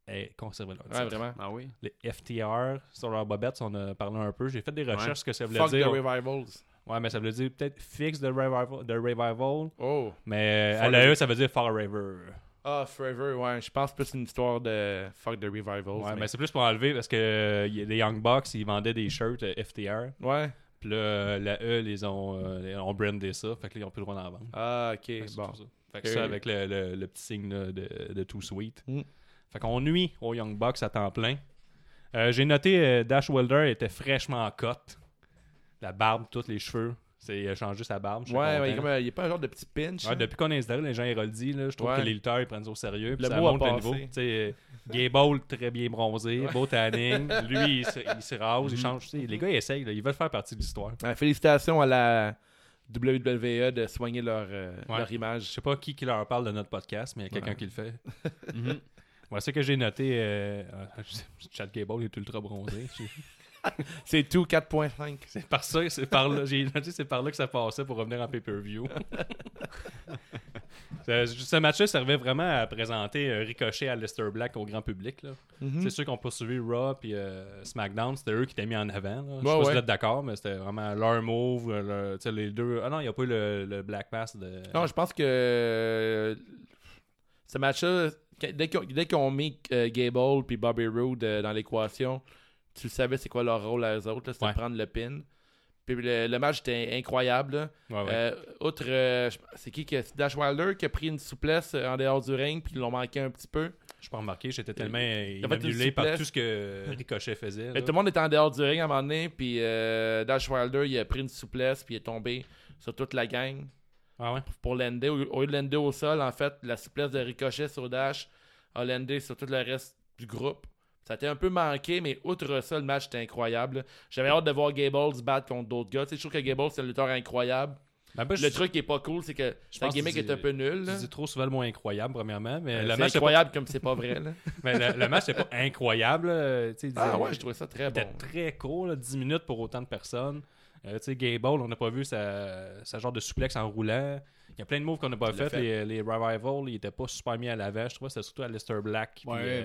aient conservé leur titre. Ouais, vraiment. Ah oui. Les FTR, sur leur bobette, on a parlé un peu. J'ai fait des recherches, Ouais. ce que ça voulait Fuck the dire. Revivals. Ouais, mais ça voulait dire peut-être fixe de revival, de revival, Oh. mais à Forever. la E, ça veut dire forever. Ah, Forever, ouais. Je pense plus une histoire de Fuck the Revivals. Ouais, mais, mais- c'est plus pour enlever parce que euh, y- les Young Bucks, ils vendaient des shirts euh, FTR. Ouais. Puis là, euh, la E, les ont, euh, les- ont brandé ça. Fait que là, ils n'ont plus le droit d'en vendre. Ah, Fait que ok, c'est bon. pour ça. Fait que ça, Euh. avec le, le- le petit signe là, de, de Too Sweet. Mm. Fait qu'on nuit aux Young Bucks à temps plein. Euh, J'ai noté euh, Dash Wilder était fraîchement en cote. La barbe, tous les cheveux. C'est- Il a changé sa barbe. je suis Ouais, content. ouais, il est comme un- il est pas un genre de petit pinch. hein. Ouais, depuis qu'on a installé les gens Héroldi, là, je trouve Ouais. que les lutteurs ils prennent ça au sérieux. Puis Le ça mot a monte le passé. niveau. Tu sais, euh, Gable, très bien bronzé, beau tanning. Lui, il se, il se rase, Mm-hmm. il change. Tu sais, Les gars, ils essayent. là, ils veulent faire partie de l'histoire. Ouais, félicitations à la WWE de soigner leur, euh, Ouais. leur Je image. sais pas qui, qui leur parle de notre podcast, mais il y a quelqu'un qui le fait. Mhm. Moi, ce que j'ai noté, euh, euh, Chad Gable est ultra bronzé. J'ai- C'est tout 4.5. c'est par ça, c'est par là, j'ai noté, c'est par là que ça passait pour revenir en pay-per-view. Euh, ce ce match-là servait vraiment à présenter euh, Ricochet à Lester Black au grand public. là. Hmm. Mhm. C'est sûr qu'on poursuivait Raw puis euh, SmackDown, c'était eux qui étaient mis en avant. là. Je sais Ouais, pas si ouais. vous êtes d'accord, mais c'était vraiment leur move, euh, leur- tu sais, les deux. Ah non, il n'y a pas eu le, le Black Pass de. Non, je pense que euh, ce match-là, que- dès qu'on dès qu'on met euh, Gable puis Bobby Roode euh, dans l'équation, tu savais c'est quoi leur rôle à eux autres, là, c'était Ouais. de prendre le pin. Puis le, le match était incroyable. là. Ah Ouais, ouais. Euh, outre, euh, je- c'est qui que c'est Dash Wilder qui a pris une souplesse euh, en dehors du ring puis ils l'ont manqué un petit peu. Je pas remarqué, j'étais tellement euh, a fait une inobulé par souplesse. tout ce que Ricochet faisait. Mais là. tout le monde était en dehors du ring à un moment donné, puis euh, Dash Wilder il a pris une souplesse puis il est tombé sur toute la gang. Ah ouais. pour l'ender. Au au lieu de l'ender au sol, en fait, la souplesse de Ricochet sur Dash a l'ender sur tout le reste du groupe. Ça a été un peu manqué, mais outre ça, le match était incroyable. là. J'avais hâte de voir Gable se battre contre d'autres gars. Tu sais, je trouve que Gable, c'est un lutteur incroyable. Ben, ben, je- le truc qui est pas cool, c'est que Je sa pense que gimmick tu est dis- un peu nulle. tu là. Euh, dis trop souvent le mot incroyable, premièrement, mais le C'est match, c'est pas- incroyable comme c'est pas vrai. là. mais le, le match, c'est pas incroyable. là. Tu sais, il Ah disait- ouais, je trouvais ça très C'était bon. très court, là, 10 minutes pour autant de personnes. Euh, tu sais, Gable, on n'a pas vu sa, sa genre de souplex en roulant. Il y a plein de moves qu'on n'a pas Il l'a fait. Les, les Revival, ils étaient pas super mis à l'avant. Je trouve que c'était surtout Alistair Black. puis, euh,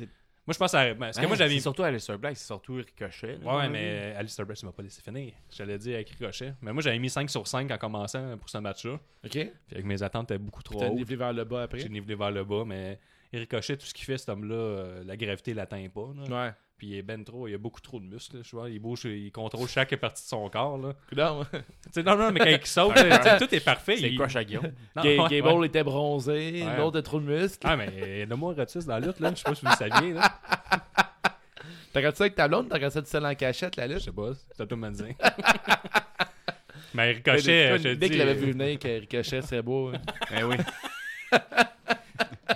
mais. hein, Moi, je pense à. Parce que moi, j'avais mis. surtout Alistair Black, c'est surtout Ricochet. Ouais, ouais, mais Alistair Black, tu m'as pas laissé finir. J'allais dire avec Ricochet. Mais moi, j'avais mis 5 sur 5 en commençant pour ce match-là. Ok? Fait que mes attentes étaient beaucoup trop T'as hautes. nivelé vers le bas J'ai après. nivelé vers le bas, mais Ricochet, tout ce qu'il fait, cet homme-là, euh, la gravité l'atteint pas. là. Ouais. Puis il est ben trop, il a beaucoup trop de muscles. là, Je vois, il bouge, il contrôle chaque partie de son corps. Là. Non. Tu sais, non, non, mais quand il saute, tu sais, tout est parfait. C'est il- crush à Guillaume. Non, Ga- ouais, Gable ouais. était bronzé, Ouais. l'autre a trop de muscles. Ah, mais le mot raciste dans la lutte, là, je sais pas si vous le saviez. Là. T'as regardé ça avec ta blonde, t'as regardé ça tout seul en cachette, la Je lutte. sais pas, c'est à toi de me le dire. Mais Dès Ricochet, je te dès dis, euh, qu'il avait vu venir que Ricochet serait beau. hein. Eh oui. euh,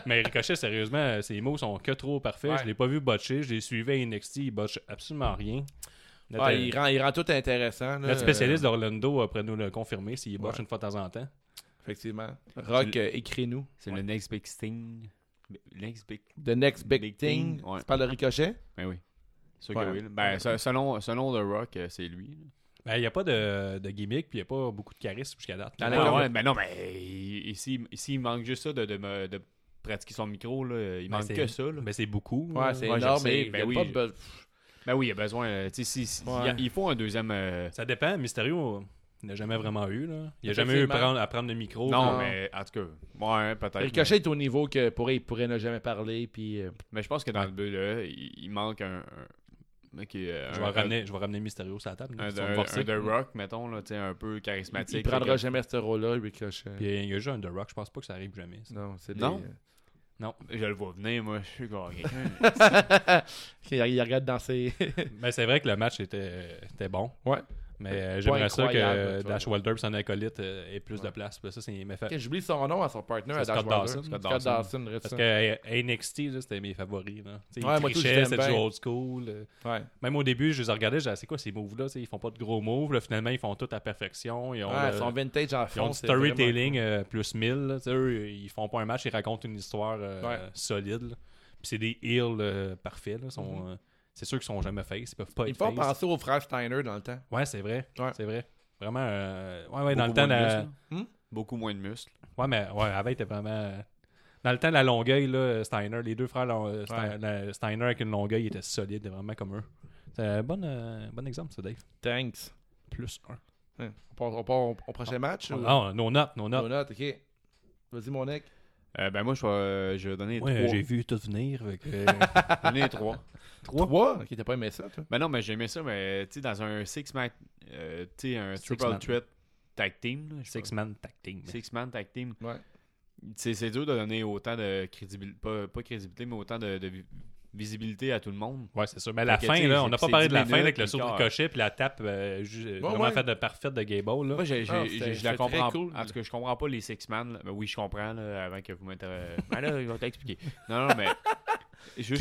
Mais Ricochet, sérieusement, euh, ses mots sont que trop parfaits. Ouais. Je l'ai pas vu botcher. Je l'ai suivi à NXT. Il botche absolument rien. Notre, euh, Ah, il, rend, il rend tout intéressant. là. notre spécialiste d'Orlando euh, pourrait nous le confirmer s'il botche Ouais. une fois de temps en temps. euh, Effectivement. Rock, euh, écris-nous. C'est le next big thing. Next big. The next big, Big thing. thing, ouais. Tu parles de Ricochet? Ben oui. Sûr Ouais. que oui. là. Ben, se- selon, selon The Rock, euh, c'est lui. là. Ben, Il n'y a pas de, de gimmick puis il n'y a pas beaucoup de charisme jusqu'à date. Ah, Ah, d'accord. ouais, ben non, mais ici, ici, il manque juste ça de, de, me- de pratiquer son micro. Là. Il Ben, manque c'est- que ça. Là. Mais c'est beaucoup. là. Ouais, c'est ouais, je énorme, sais, mais il ben y a oui, pas je- de- Ben oui, il a besoin. euh, tu sais, si- si- Ouais. il y a- il faut un deuxième. euh, Ça dépend. Mysterio il n'a jamais vraiment eu. Là. Il n'a jamais eu Effectivement. prendre- à prendre le micro. non, non. mais en tout cas, ouais, peut-être. Ricochet est au niveau que pourrait, il pourrait ne jamais parler, puis... euh, Mais, mais je pense que dans le bleu, il, il manque un. un- ok, euh, Je vais, un- ramener, je vais ramener Mysterio sur la table. là, Un, ils sont un- forcés. un The Rock, mettons, là, tu sais, un peu il, charismatique. il prendra là, jamais ce rôle-là, Ricochet. Puis il y a déjà un The Rock. Je pense pas que ça arrive jamais. ça. Non, c'est des- Non? euh, que- Je le vois venir, moi, je suis gars, quelqu'un. euh, il, il regarde dans ses... Mais c'est vrai que le match était, était bon. Ouais. Mais euh, j'aimerais ça que incroyable, euh, tu vois. Dash Wilder et son acolyte euh, aient plus Ouais. de place. Parce que Ça, c'est mes fa- Ok, J'oublie son nom à son partenaire, à C'est Scott Dash Wilder. Dawson. Scott Scott Dawson. reste Parce ça. que euh, NXT, là, c'était mes favoris. Là. T'sais, Ils Ouais, moi, tout, je trichaient, l'aime c'était du bien. old school. euh. Ouais. Même au début, je les regardais, je disais, Ah, c'est quoi ces moves-là? T'sais, Ils font pas de gros moves. là. finalement, ils font tout à perfection. Ils ont, Ouais, le- son vintage en ils ont fond, du c'est vraiment storytelling euh, plus 1000. là. T'sais, Eux, ils font pas un match, ils racontent une histoire euh, Ouais. solide. là. Puis c'est des heels euh, parfaits. là. Ils sont, Mhm. euh, c'est sûr qu'ils sont jamais face. Ils peuvent pas cool. Ils être font euh, face. penser aux frères Steiner dans le temps. Ouais, c'est vrai. Ouais. C'est vrai. Vraiment, euh, ouais, ouais, dans le Beaucoup temps, moins de la... muscles, Hmm? là. Beaucoup moins de muscles. ouais, mais ouais, avant, il était vraiment. euh, Dans le temps de la Longueuil, là, Steiner, les deux frères Lon- Stein- la- Steiner avec une Longueuil, ils étaient solides, vraiment comme eux. C'est un bon, euh, bon exemple, ça, Dave. Thanks. Plus un. Hein. On part on part au au prochain match? ou- Ah, Non, nos notes, nos No notes. note, ok. Vas-y, mon mec. Euh, ben moi, je vais, euh, je vais donner Ouais, trois. j'ai vu tout venir. euh, fait que- Je vais donner trois. Trois. Ok, t'as pas aimé ça, toi? Ben non, mais j'aimais ça, mais tu sais, dans un six-man, euh, tu sais, un Six triple man. threat tag team. là, je sais pas. Six-man tag team. Six-man tag team. Ouais. C'est c'est dur de donner autant de crédibilité, pas, pas crédibilité, mais autant de, de vi- visibilité à tout le monde. Ouais, c'est sûr. Mais la Fait que, fin, tu sais, là, c'est- on n'a pas c'est parlé dix de la fin minutes, avec le puis saut du quart. cochet puis la tape euh, ju- Ouais, vraiment ouais. faite de parfaite de Gable. Là. Moi, j'ai- j'ai- Ah, c'était- j'ai- je c'était la comprends. très cool. En tout cas, je comprends pas les six-man. là. Ben oui, je comprends, là, avant que vous m'interrogez. ben là, je vais t'expliquer. Non, non, mais. juste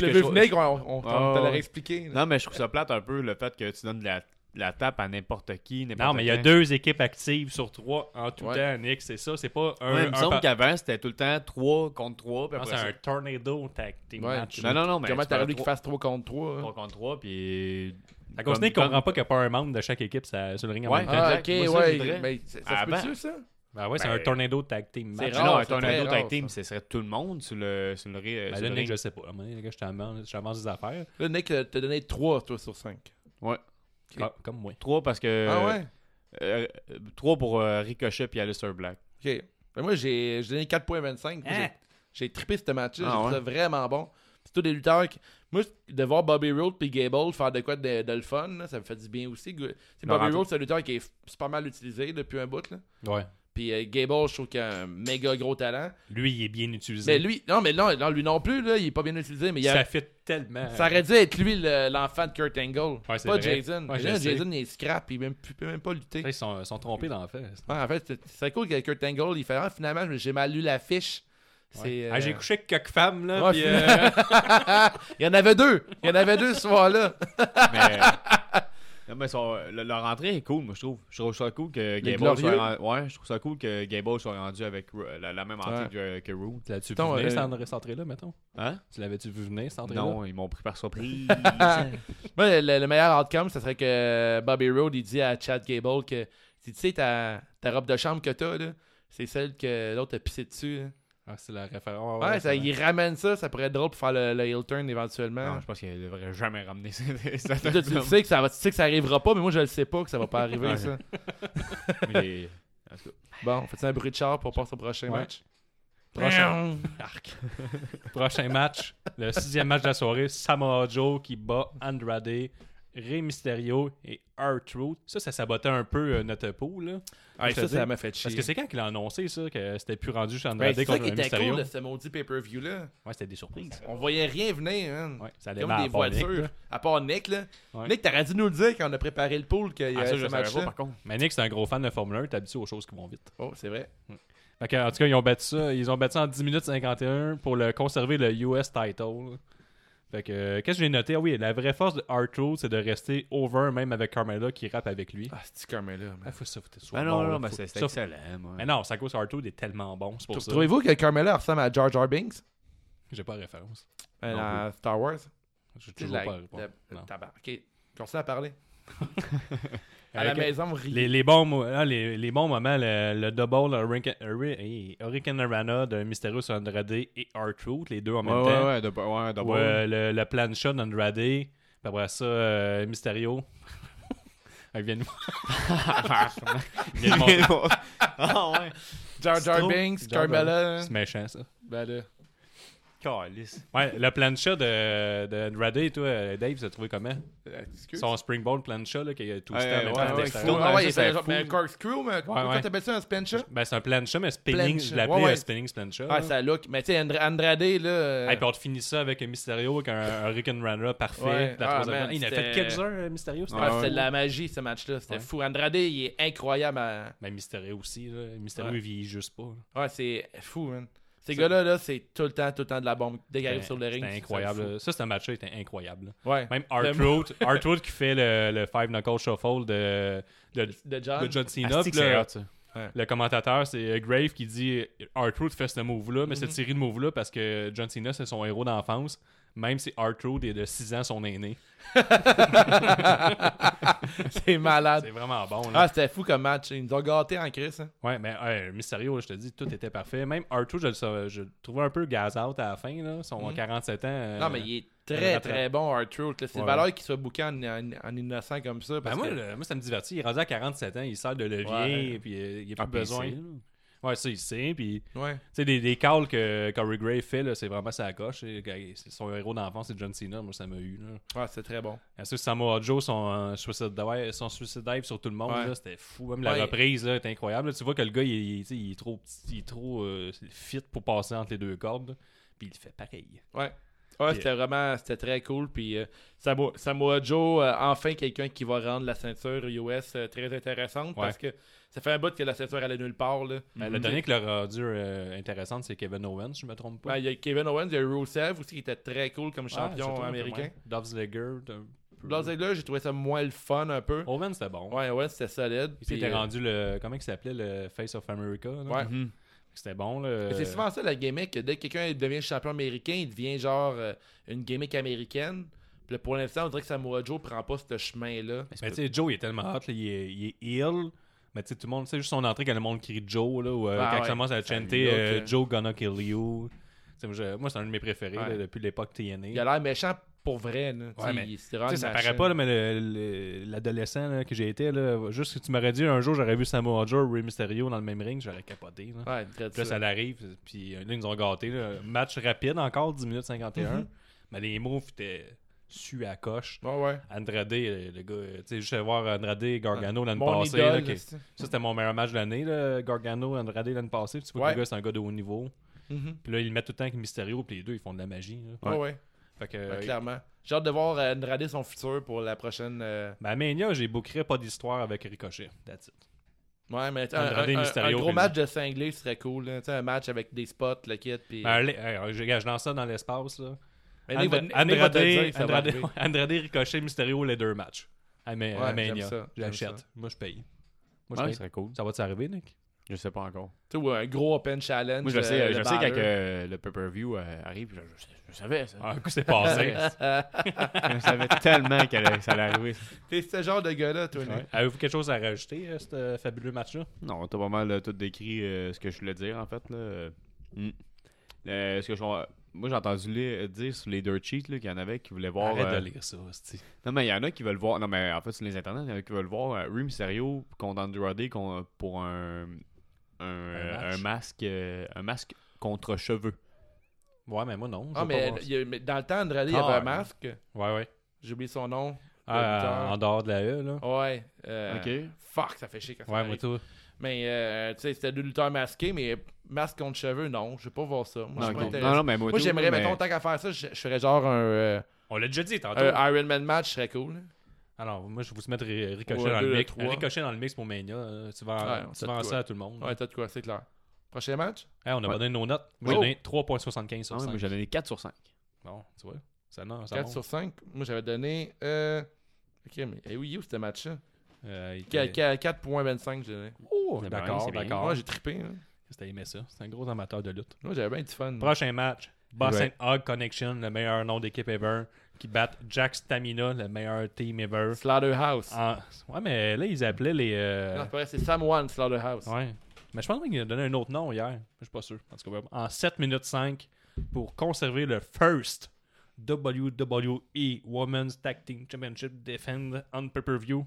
Je le que veux je trouve- venir, on, on, on Ah, te l'a ouais. expliqué. là. Non, mais je trouve ça plate un peu le fait que tu donnes de la, de la tape à n'importe qui. n'importe Non, mais il y a quand. deux équipes actives sur trois en tout Ouais. temps, Nick. C'est ça. C'est pas un. Ouais, il un me semble par- qu'avant, c'était tout le temps 3 contre 3. Puis Non, après c'est ça- un tornado tag team Ouais. match. Non, non, non, mais. Comment tu t'as fais voulu qu'il trois- fasse 3 contre hein? 3? trois contre 3, puis. La Gosney ne comprend pas qu'il n'y a pas un membre de chaque équipe ça- sur le ring en Ouais. même temps. Ah, Exact. ok, Moi, ça, je ouais. voudrais. Mais ça, ça se Avant. peut-tu, ça? Ben ouais, c'est Ben, un tornado tag team match. c'est non, rare, un c'est très tornado rare, tag team, ça. ce serait tout le monde sur le, sur le, ri- euh, Ben sur là, le Nick, ring. je sais pas. À un moment donné, les gars, je t'avance je t'avance des affaires. Là, Nick, euh, t'as donné 3, toi, sur 5. Ok. Ah, comme moi. 3 parce que. Ah ouais? 3 pour euh, Ricochet puis Alistair Black. Ok. Ben moi, j'ai j'ai donné 4.25. Moi, j'ai- J'ai trippé ce match-là. Ah j'ai trouvé ouais? ça vraiment bon. C'est tous des lutteurs qui... Moi, de voir Bobby Roode puis Gable faire de quoi de, de le fun, là, ça me fait du bien aussi. Go- C'est Non, Bobby en- Roode, c'est un lutteur qui est f- super mal utilisé depuis un bout. Là. Ouais. Puis euh, Gable, je trouve qu'il a un méga gros talent. Lui, il est bien utilisé. Mais lui, non, mais non, non, lui non plus, là, il est pas bien utilisé. Mais il a- ça fit tellement. ça aurait dû être lui le- l'enfant de Kurt Angle. Ouais, c'est pas vrai. Jason. Ouais, je Là, sais. Jason, il est scrap, il peut même, il peut même pas lutter. Tu sais, Ils sont, ils sont trompés dans le fait. Ouais, en fait, c'est- c'est cool que Kurt Angle, il fait Ah, finalement, j'ai mal lu la fiche. Ouais. C'est, euh, Ah, j'ai couché avec quelques femmes, là. Ouais, puis, euh, finalement- il y en avait deux. Il y en avait deux ce soir-là. Mais. non, mais son- le- leur entrée est cool, moi, je trouve. Je trouve ça cool que Gable glorieux. soit, ren- ouais, je trouve ça cool que Gable soit rendu avec Ru- la, la même entrée Ouais. que, euh, que Rude. Tu l'as-tu vu Attends, venir, euh, cette entrée- cette entrée-là, mettons Hein? Tu l'avais-tu vu venir, cette entrée-là Non, ils m'ont pris par surprise. Moi, le, le meilleur outcome, ce serait que Bobby Roode, il dit à Chad Gable que tu sais, ta, ta robe de chambre que t'as, là, c'est celle que l'autre a pissé dessus. là. Ah, c'est la référence. Ouais, ça, c'est vrai. il ramène ça, ça pourrait être drôle pour faire le, le heel turn éventuellement. Non, je pense qu'elle devrait jamais ramener cette- cette Toi, tu, le sais que ça va, tu sais que ça arrivera pas, mais moi je le sais pas que ça va pas arriver Ouais. ça. Mais- en tout cas, Bon, fais un bruit de char pour passer au prochain Ouais. match. Prochain. Prochain match, le sixième match de la soirée, Samoa Joe qui bat Andrade, Rey Mysterio et R-Truth. Ça, ça sabotait un peu euh, notre pool. là. Ouais, Je te ça, dis, ça m'a fait chier. Parce que c'est quand qu'il a annoncé ça, que c'était plus rendu chez Ben, Andrade c'est ça contre qui était Mysterio. cool de ce maudit pay-per-view là. Ouais, c'était des surprises. On voyait rien venir, hein. Ouais, ça allait Comme mal des à part Nick, voitures. là. à part Nick, là. Ouais. Nick, t'aurais dû nous le dire quand on a préparé le pool qu'il y ah, avait ça, ce je savais match-là. pas, par contre. Mais Nick, c'est un gros fan de Formule 1, t'es habitué aux choses qui vont vite. Oh, c'est vrai. Fait que, en tout cas, ils ont battu ça. Ils ont battu ça en 10 minutes 51 pour le conserver le US title. Fait que, euh, qu'est-ce que j'ai noté? Ah oui, la vraie force de R-Truth, c'est de rester over, même avec Carmella qui rappe avec lui. Ah, c'est Carmella. man. Ah, faut ça, faut que t'es Ben non, bon, non, là, mais faut- c'est c'est ça, excellent, moi. Mais non, Sako Sarto est tellement bon, c'est pour ça. Trouvez-vous que Carmella ressemble à Jar Jar Binks J'ai pas référence. Euh, Non dans Star Wars J'ai toujours pas répondu. Non. Tabac. Ok, continue à parler. À Avec- la maison, vous riez. Les, les, bons, mo- ah, les, les bons moments, le, le double Hurricane, Hurri- hey, Hurricane Arana de Mysterious Andrade et R-Truth, les deux en Ouais, même ouais, temps. ouais, de- ouais, de- Ou, euh, le, le plancha d'Andrade, puis après ça, euh, Mysterio. Ah, Viens nous. Viens nous montrer. Ah ouais. Jar Jar Stro- Binks, Jar Jar- Carmella. C'est méchant, ça. Ben là. Calice. Ouais, le plancha de, de Andrade, toi, euh, Dave, ça trouvé comment euh, Excuse. Son springboard plancha, là, qui est tout le Ouais, temps en même ouais, temps à ouais, l'extérieur. fou. Ah Ouais, ouais, ça, il ça fait fout. genre mais un corkscrew, mais comment ouais. t'appelles ça un spencha? Ben, c'est un plancha, mais spinning, Plancha. je l'appelais Ouais, ouais. euh, spinning plancha. Ah, là. ça look. Mais tu sais, Andra- Andrade, là. euh, Hey, puis on te finit ça avec un Mysterio, avec un, un Rick and Runner parfait. Ouais. la Ah, troisième man, round. il en a fait c'était- quelques-uns, euh, Mysterio. ah, C'était Ouais. c'était de la magie, ce match-là. C'était Ouais. fou. Andrade, il est incroyable. à- Mais Ben, Mysterio aussi. Là. Mysterio, Ouais. il vieillit juste pas. Ouais, c'est fou, man. Ces Ça- gars-là, là, c'est tout le temps, tout le temps de la bombe. Dès qu'ils C'était arrivent sur le ring, c'était c'est- incroyable. là. Ça, c'était un match-là, était incroyable. là. c'est fou. Ouais. Même Artroot, Artroot qui fait le, le Five Knuckle Shuffle de, de, de De John. John Cena. Asti que puis c'est le, hot, ça. le commentateur, c'est euh, Grave qui dit Artroot fait ce move-là, mais Mhm. cette série de moves-là parce que John Cena, c'est son héros d'enfance, même si Artroot est de 6 ans son aîné. c'est malade. C'est vraiment bon. Là. Ah, c'était fou comme match. Ils nous ont gâtés en Chris. Hein. Ouais, mais euh, Mysterio, là, je te dis, tout était parfait. Même Arthur, je le, savais- je le trouvais un peu gaz out à la fin, là. Son Mhm. 47 ans. euh, non, mais il est très, rattrape. très bon, R-Truth. là. C'est Ouais, valeur qu'il soit bouqué en, en- en innocent comme ça. ben Parce moi, que... le- moi, ça me divertit. Il est rendu à 47 ans, il sert de levier, Ouais. et puis euh, il n'y a Ah, plus puis il besoin. sait, là. Ouais, ça, il sait. Puis, tu Ouais. sais, les, les calls que Corey Gray fait, là, c'est vraiment sa coche. Et, euh, c'est Son héros d'enfance, c'est John Cena. Moi, ça m'a eu, là. ouais, c'est très bon. Bien sûr, Samoa Joe, son, euh, suicide dive, son suicide dive sur tout le monde, Ouais. là, c'était fou. Même Ouais. la reprise, là, est incroyable. là. tu vois que le gars, il, il- tu sais, il est trop, petit- il est trop euh, fit pour passer entre les deux cordes. Puis il fait pareil. Ouais. Ouais, euh, c'était vraiment c'était très cool. Puis euh, Samo- Samoa Joe, euh, enfin quelqu'un qui va rendre la ceinture US euh, très intéressante Ouais. parce que ça fait un bout que la ceinture allait nulle part. Là. Ben, Le dernier qui l'a rendu euh, intéressante, c'est Kevin Owens, je me trompe pas. Ouais, Ben, Il y a Kevin Owens, il y a Rusev aussi qui était très cool comme Ouais, champion surtout, américain. ouais. Dolph Ziggler. t'as un peu- Dans là j'ai trouvé ça moins le fun un peu. Owens, c'était bon. Ouais, ouais, c'était solide. Il s'était puis, euh, rendu le. Comment il s'appelait le Face of America là? Ouais. Mhm. C'était bon. Là. Mais C'est souvent ça la gimmick, que dès que quelqu'un devient champion américain, il devient genre euh, une gimmick américaine. Puis là, pour l'instant, on dirait que Samoa Joe prend pas ce chemin-là. Mais Ben, tu sais, Joe, il est tellement hot, là, il est, il est heel. Mais tu sais, tout le monde, c'est juste son entrée quand le monde crie Joe, là, ou euh, Ah quand ouais. il commence à Ça lui chanter look, euh, euh. Joe gonna kill you. Tu sais, Moi, je- moi, c'est un de mes préférés Ouais. là, depuis l'époque TNA. Il a l'air méchant pour vrai. là. Tu sais, mais- il- c'est Tu vraiment sais, une ça machine. paraît pas, là, mais le- le- l'adolescent là, que j'ai été, là, juste si tu m'aurais dit un jour j'aurais vu Samoa Joe ou Rey Mysterio dans le même ring, j'aurais capoté. Là. Ouais, très Puis là, ça l'arrive, puis euh, là, ils nous ont gâtés. là. Match rapide encore, 10 minutes Mm-hmm. 51. Mais les moves étaient su à coche. Ouais, ouais. Andrade, le, le gars, euh, tu sais, juste voir Andrade et Gargano l'année Mon passée. idole, là, qui- c'est- Ça, c'était mon meilleur match de l'année, là, Gargano, Andrade l'année passée. Puis tu vois Ouais. que le gars, c'est un gars de haut niveau. Mhm. Puis là, il le met tout le temps avec Mysterio, puis les deux, ils font de la magie. là. Ouais, ouais. Fait que. Ouais, euh, clairement. J'ai hâte de voir euh, Andrade son futur pour la prochaine. euh, ben, à Mania, j'ai bookerais pas d'histoire avec Ricochet. That's it. Ouais, mais tu sais, un, Andrade un- un- Mysterio, un gros puis- match de cinglé serait cool. là. Tu sais, Un match avec des spots, le kit. Puis... Ben, allez, hey, je, regarde, je lance ça dans l'espace. là. Mais Andra- Nick va- Nick va te Andrade, dire que ça va Andrade, arriver. Andrade, Ricochet, Mysterio, les deux matchs. À, Ma- à Ouais, j'aime Mania. ça, j'aime ça. J'achète. Moi, je paye. Moi, je Ouais, paye. ça serait cool. Ça va t'arriver, Nick? Je sais pas encore. Tu sais, ou un gros open challenge. Moi, je sais, euh, euh, je le sais quand baller. euh, le pay-per-view euh, arrive, je, je- je savais ça. Ah, un coup, c'est passé. Euh, je savais tellement qu'elle allait- que ça allait arriver. ça. T'es ce genre de gars-là, toi, Nick. Ah, Ouais. Avez-vous quelque chose à rajouter à ce euh, fabuleux match-là? Non, t'as pas mal euh, tout décrit euh, ce que je voulais dire, en fait. Là. Euh, mm. Euh, ce que je- moi, j'ai entendu les- euh, dire sur les Dirt Sheets là, qu'il y en avait qui voulaient voir... Arrête euh, de lire ça, hostie. Non, mais il y en a qui veulent voir. Non, mais en fait, sur les internets, il y en a qui veulent voir euh, Rey Mysterio contre Andrade con- pour un, un, euh, un match. masque euh, un masque contre cheveux. Ouais, mais moi, non. je Ah, veux pas mais, voir il y a- mais dans le temps, Andrade, il y avait Ah, un masque. ça. Ouais, ouais. J'ai oublié son nom. Ah, Le en dehors de la E, là. lutteur. Ouais. euh, Fuck, ça fait chier quand ça ouais, arrive. moi, tout. Mais, euh, tu sais, c'était deux lutteurs masqués, mais masque contre cheveux, non. Je vais pas voir ça. Moi, je Non, suis pas ok. intéressé. non, non, mais moi, Moi, tout, j'aimerais, mais- mettons, tant qu'à faire ça, je, je ferais genre un, euh, On l'a déjà dit tantôt. un Iron Man match, serait cool. Euh, ah, Alors, moi, je vais vous mettre Ri- Ricochet Ouais, dans deux, le mix. trois. Ricochet dans le mix pour Mania. euh, Tu vends, Ouais, on tu sait vends de quoi. ça à tout le monde. Ouais, t'as de quoi, c'est clair. Prochain match? Hey, on a Ouais. pas donné nos notes. Moi, Oui. j'ai donné 3.75 Ah sur oui, 5. moi, j'avais donné 4 sur 5. Bon, tu vois. Ça, non, ça 4 monte. sur 5. Moi, j'avais donné. Euh... Ok, mais eh oui, où c'était match-là Euh, il était- 4.25, je dirais. Oh, C'est bien, d'accord, c'est bien. d'accord. Moi, j'ai trippé. Hein. C'était aimé ça. C'est un gros amateur de lutte. Moi, j'avais bien du fun. Prochain match. Boston Ouais. Hog Connection, le meilleur nom d'équipe ever, qui battent Jack Stamina, le meilleur team ever. Slaughterhouse. En- Ah, Ouais, mais là, ils appelaient les. euh, Non, c'est pas vrai, c'est Sam One Slaughterhouse. Ouais. Mais je pense qu'il a donné un autre nom hier. Je suis pas sûr. En tout cas, en 7 minutes 5 pour conserver le first WWE Women's Tag Team Championship Defend on pay-per-view.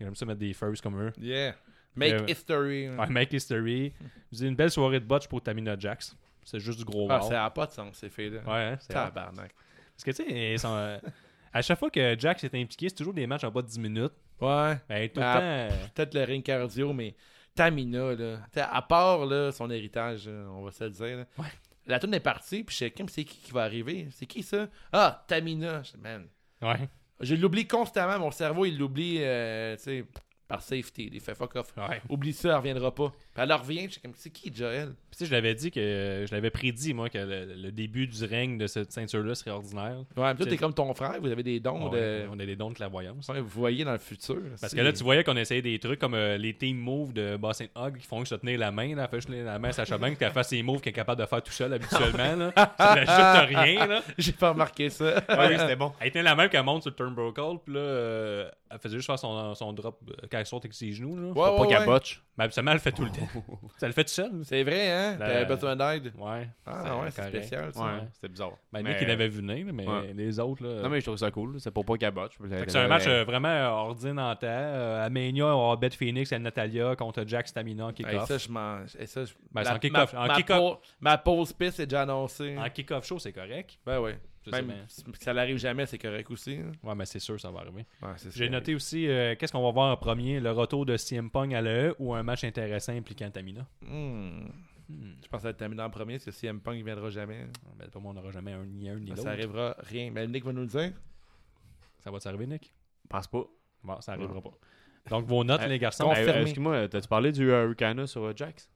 Ils aiment ça mettre des firsts comme eux. Yeah. Make Euh, history. hein. Ouais, make history. Vous avez une belle soirée de botch pour Tamina Jax. C'est juste du gros Ah, wow. ça n'a pas de sens, ces filles-là. Ouais, hein, c'est hot. Tabarnak. Parce que tu sais, ils sont, euh, à chaque fois que Jax est impliqué, c'est toujours des matchs en bas de 10 minutes. Ouais. Ben, tout le Ah, temps. euh, Peut-être le ring cardio, mais Tamina, là. T'sais, à part là, son héritage, là, on va se le dire. là. Ouais. La tune est partie, puis je sais, Kim, c'est qui qui va arriver C'est qui ça Ah, Tamina. Je- Man. euh, Ouais. Je l'oublie constamment. Mon cerveau, il l'oublie, euh, tu sais, par safety. Il fait fuck off. Ouais. Puis, Oublie ça, elle reviendra pas. Puis elle revient, je sais, comme, c'est qui Joel tu sais, je l'avais dit que euh, je l'avais prédit, moi, que le, le début du règne de cette ceinture-là serait ordinaire. Ouais, mais toi, C'est- t'es comme ton frère, vous avez des Oh, dons. On, de... on a des dons de clairvoyance. Ouais, vous voyez dans le futur. Parce que là, tu voyais qu'on essayait des trucs comme euh, les team moves de Boston Hog qui font juste se tenir la main. Là, elle fait juste tenir la main à Sacha Banks, qu'elle fasse ses moves qu'elle est capable de faire tout seul habituellement. Là. Ça n'ajoute rien. Là. J'ai pas remarqué ça. Ah oui, c'était bon. Elle tenait la main qu'elle monte sur le turnbuckle, puis là, euh, elle faisait juste faire son, son drop euh, quand elle saute avec ses genoux. Là. Ouais, Pas ouais, qu'à ouais. botch. Mais habituellement, elle le fait tout le temps. Ça le fait tout seul. C'est vrai, hein La- T'avais besoin d'aide. Ouais. Ah ouais, c'est Ben, correct. spécial, ça. Ouais, c'était bizarre. Ben, Mais- lui qui l'avait vu venir, mais Ouais. les autres. Là, Non, mais je trouve ça cool. C'est pour pas qu'à botch. Fait que c'est un match euh, vraiment euh, ordinaire. Euh, à Mania, on aura Beth Phoenix et Natalia contre Jack Stamina qui Hey, ça, je m'en. hey, ça, je- Ben, c'est la- en kick-off. ma- En ma kick-off. pau- Ma pause piste est déjà annoncée. En kick-off show, c'est correct. Ben ouais. Ah. Je sais, Même si ça l'arrive jamais, c'est correct aussi. hein. Ouais, mais c'est sûr, ça va arriver. Ouais, c'est J'ai ça. noté aussi, euh, qu'est-ce qu'on va voir en premier Le retour de CM Punk à l'AE ou un match intéressant impliquant Tamina Hmm. Je pense que ça va être terminé en premier parce que CM Punk il viendra jamais. ben, Pour moi, on n'aura jamais un, ni un ni l'autre. Ben, Ça arrivera rien. Mais Nick va nous le dire. Ça va t'arriver, Nick Passe pas. Bon, ça arrivera pas. Donc, vos notes, les garçons Ben, Confirmé. Euh, euh, Excuse-moi, t'as-tu parlé du Hurricane sur euh, Jax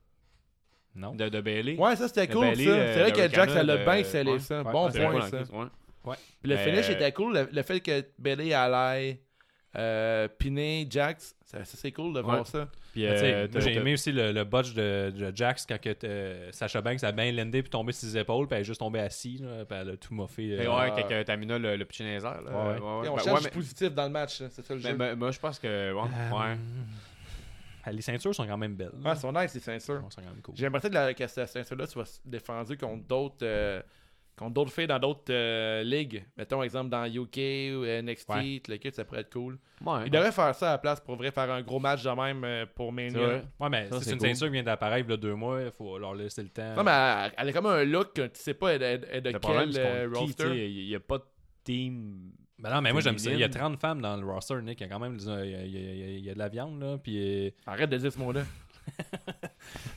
Non. De, de Bailey Ouais, ça c'était Le cool Bailey, ça. euh, C'est vrai le que Jack, ça l'a Hurricane, bien euh, scellé ouais. ça. Ouais, Bon c'est point cool, ça. Ouais. Puis le Mais- finish était cool. Le, le fait que Bailey allait euh, piner Jax, ça, ça, c'est cool de voir Ouais. ça. Puis, Mais tu sais, euh, moi, t'as- j'ai t'as- aimé aussi le, le botch de, de Jax quand que, euh, Sacha Banks a bien landé puis tombé sur ses épaules, puis elle est juste tombée assise, là, puis elle a tout moffé. euh, Mais Ah. ouais, quand euh, Tamina le, le petit nazer, là. Ouais, ouais. Et on Ben, cherche ouais, du positif dans le match, hein, c'est ça le mais, jeu. mais- moi, je pense que. Ouais. ouais. Ah, Les ceintures sont quand même belles. Ah, son nice, c'est sincère. Bon, c'est quand même cool. J'aimerais ça que la cassation là soit défendue contre d'autres euh, contre d'autres filles dans d'autres euh, ligues. Mettons exemple dans UK ou NXT, Ouais. tout le kit, ça pourrait être cool. Ouais. Il devrait faire ça à la place pour vrai faire un gros match de même euh, pour C'est Mania. vrai. Ouais, mais Ça, si c'est c'est une cool. ceinture qui vient d'apparaître il y a deux mois, il faut leur laisser le temps. Non mais elle, elle a comme un look que tu sais pas elle, elle- elle est de Le problème, quel c'est euh, qu'on qui, tu sais, roster. il n'y a pas de team. Ben non, mais moi j'aime ça. Il y a Féminine. 30 femmes dans le roster, Nick. Il y a quand même il y a, il y a- il y a- il y a de la viande, là. Puis, euh, Arrête de dire ce mot-là.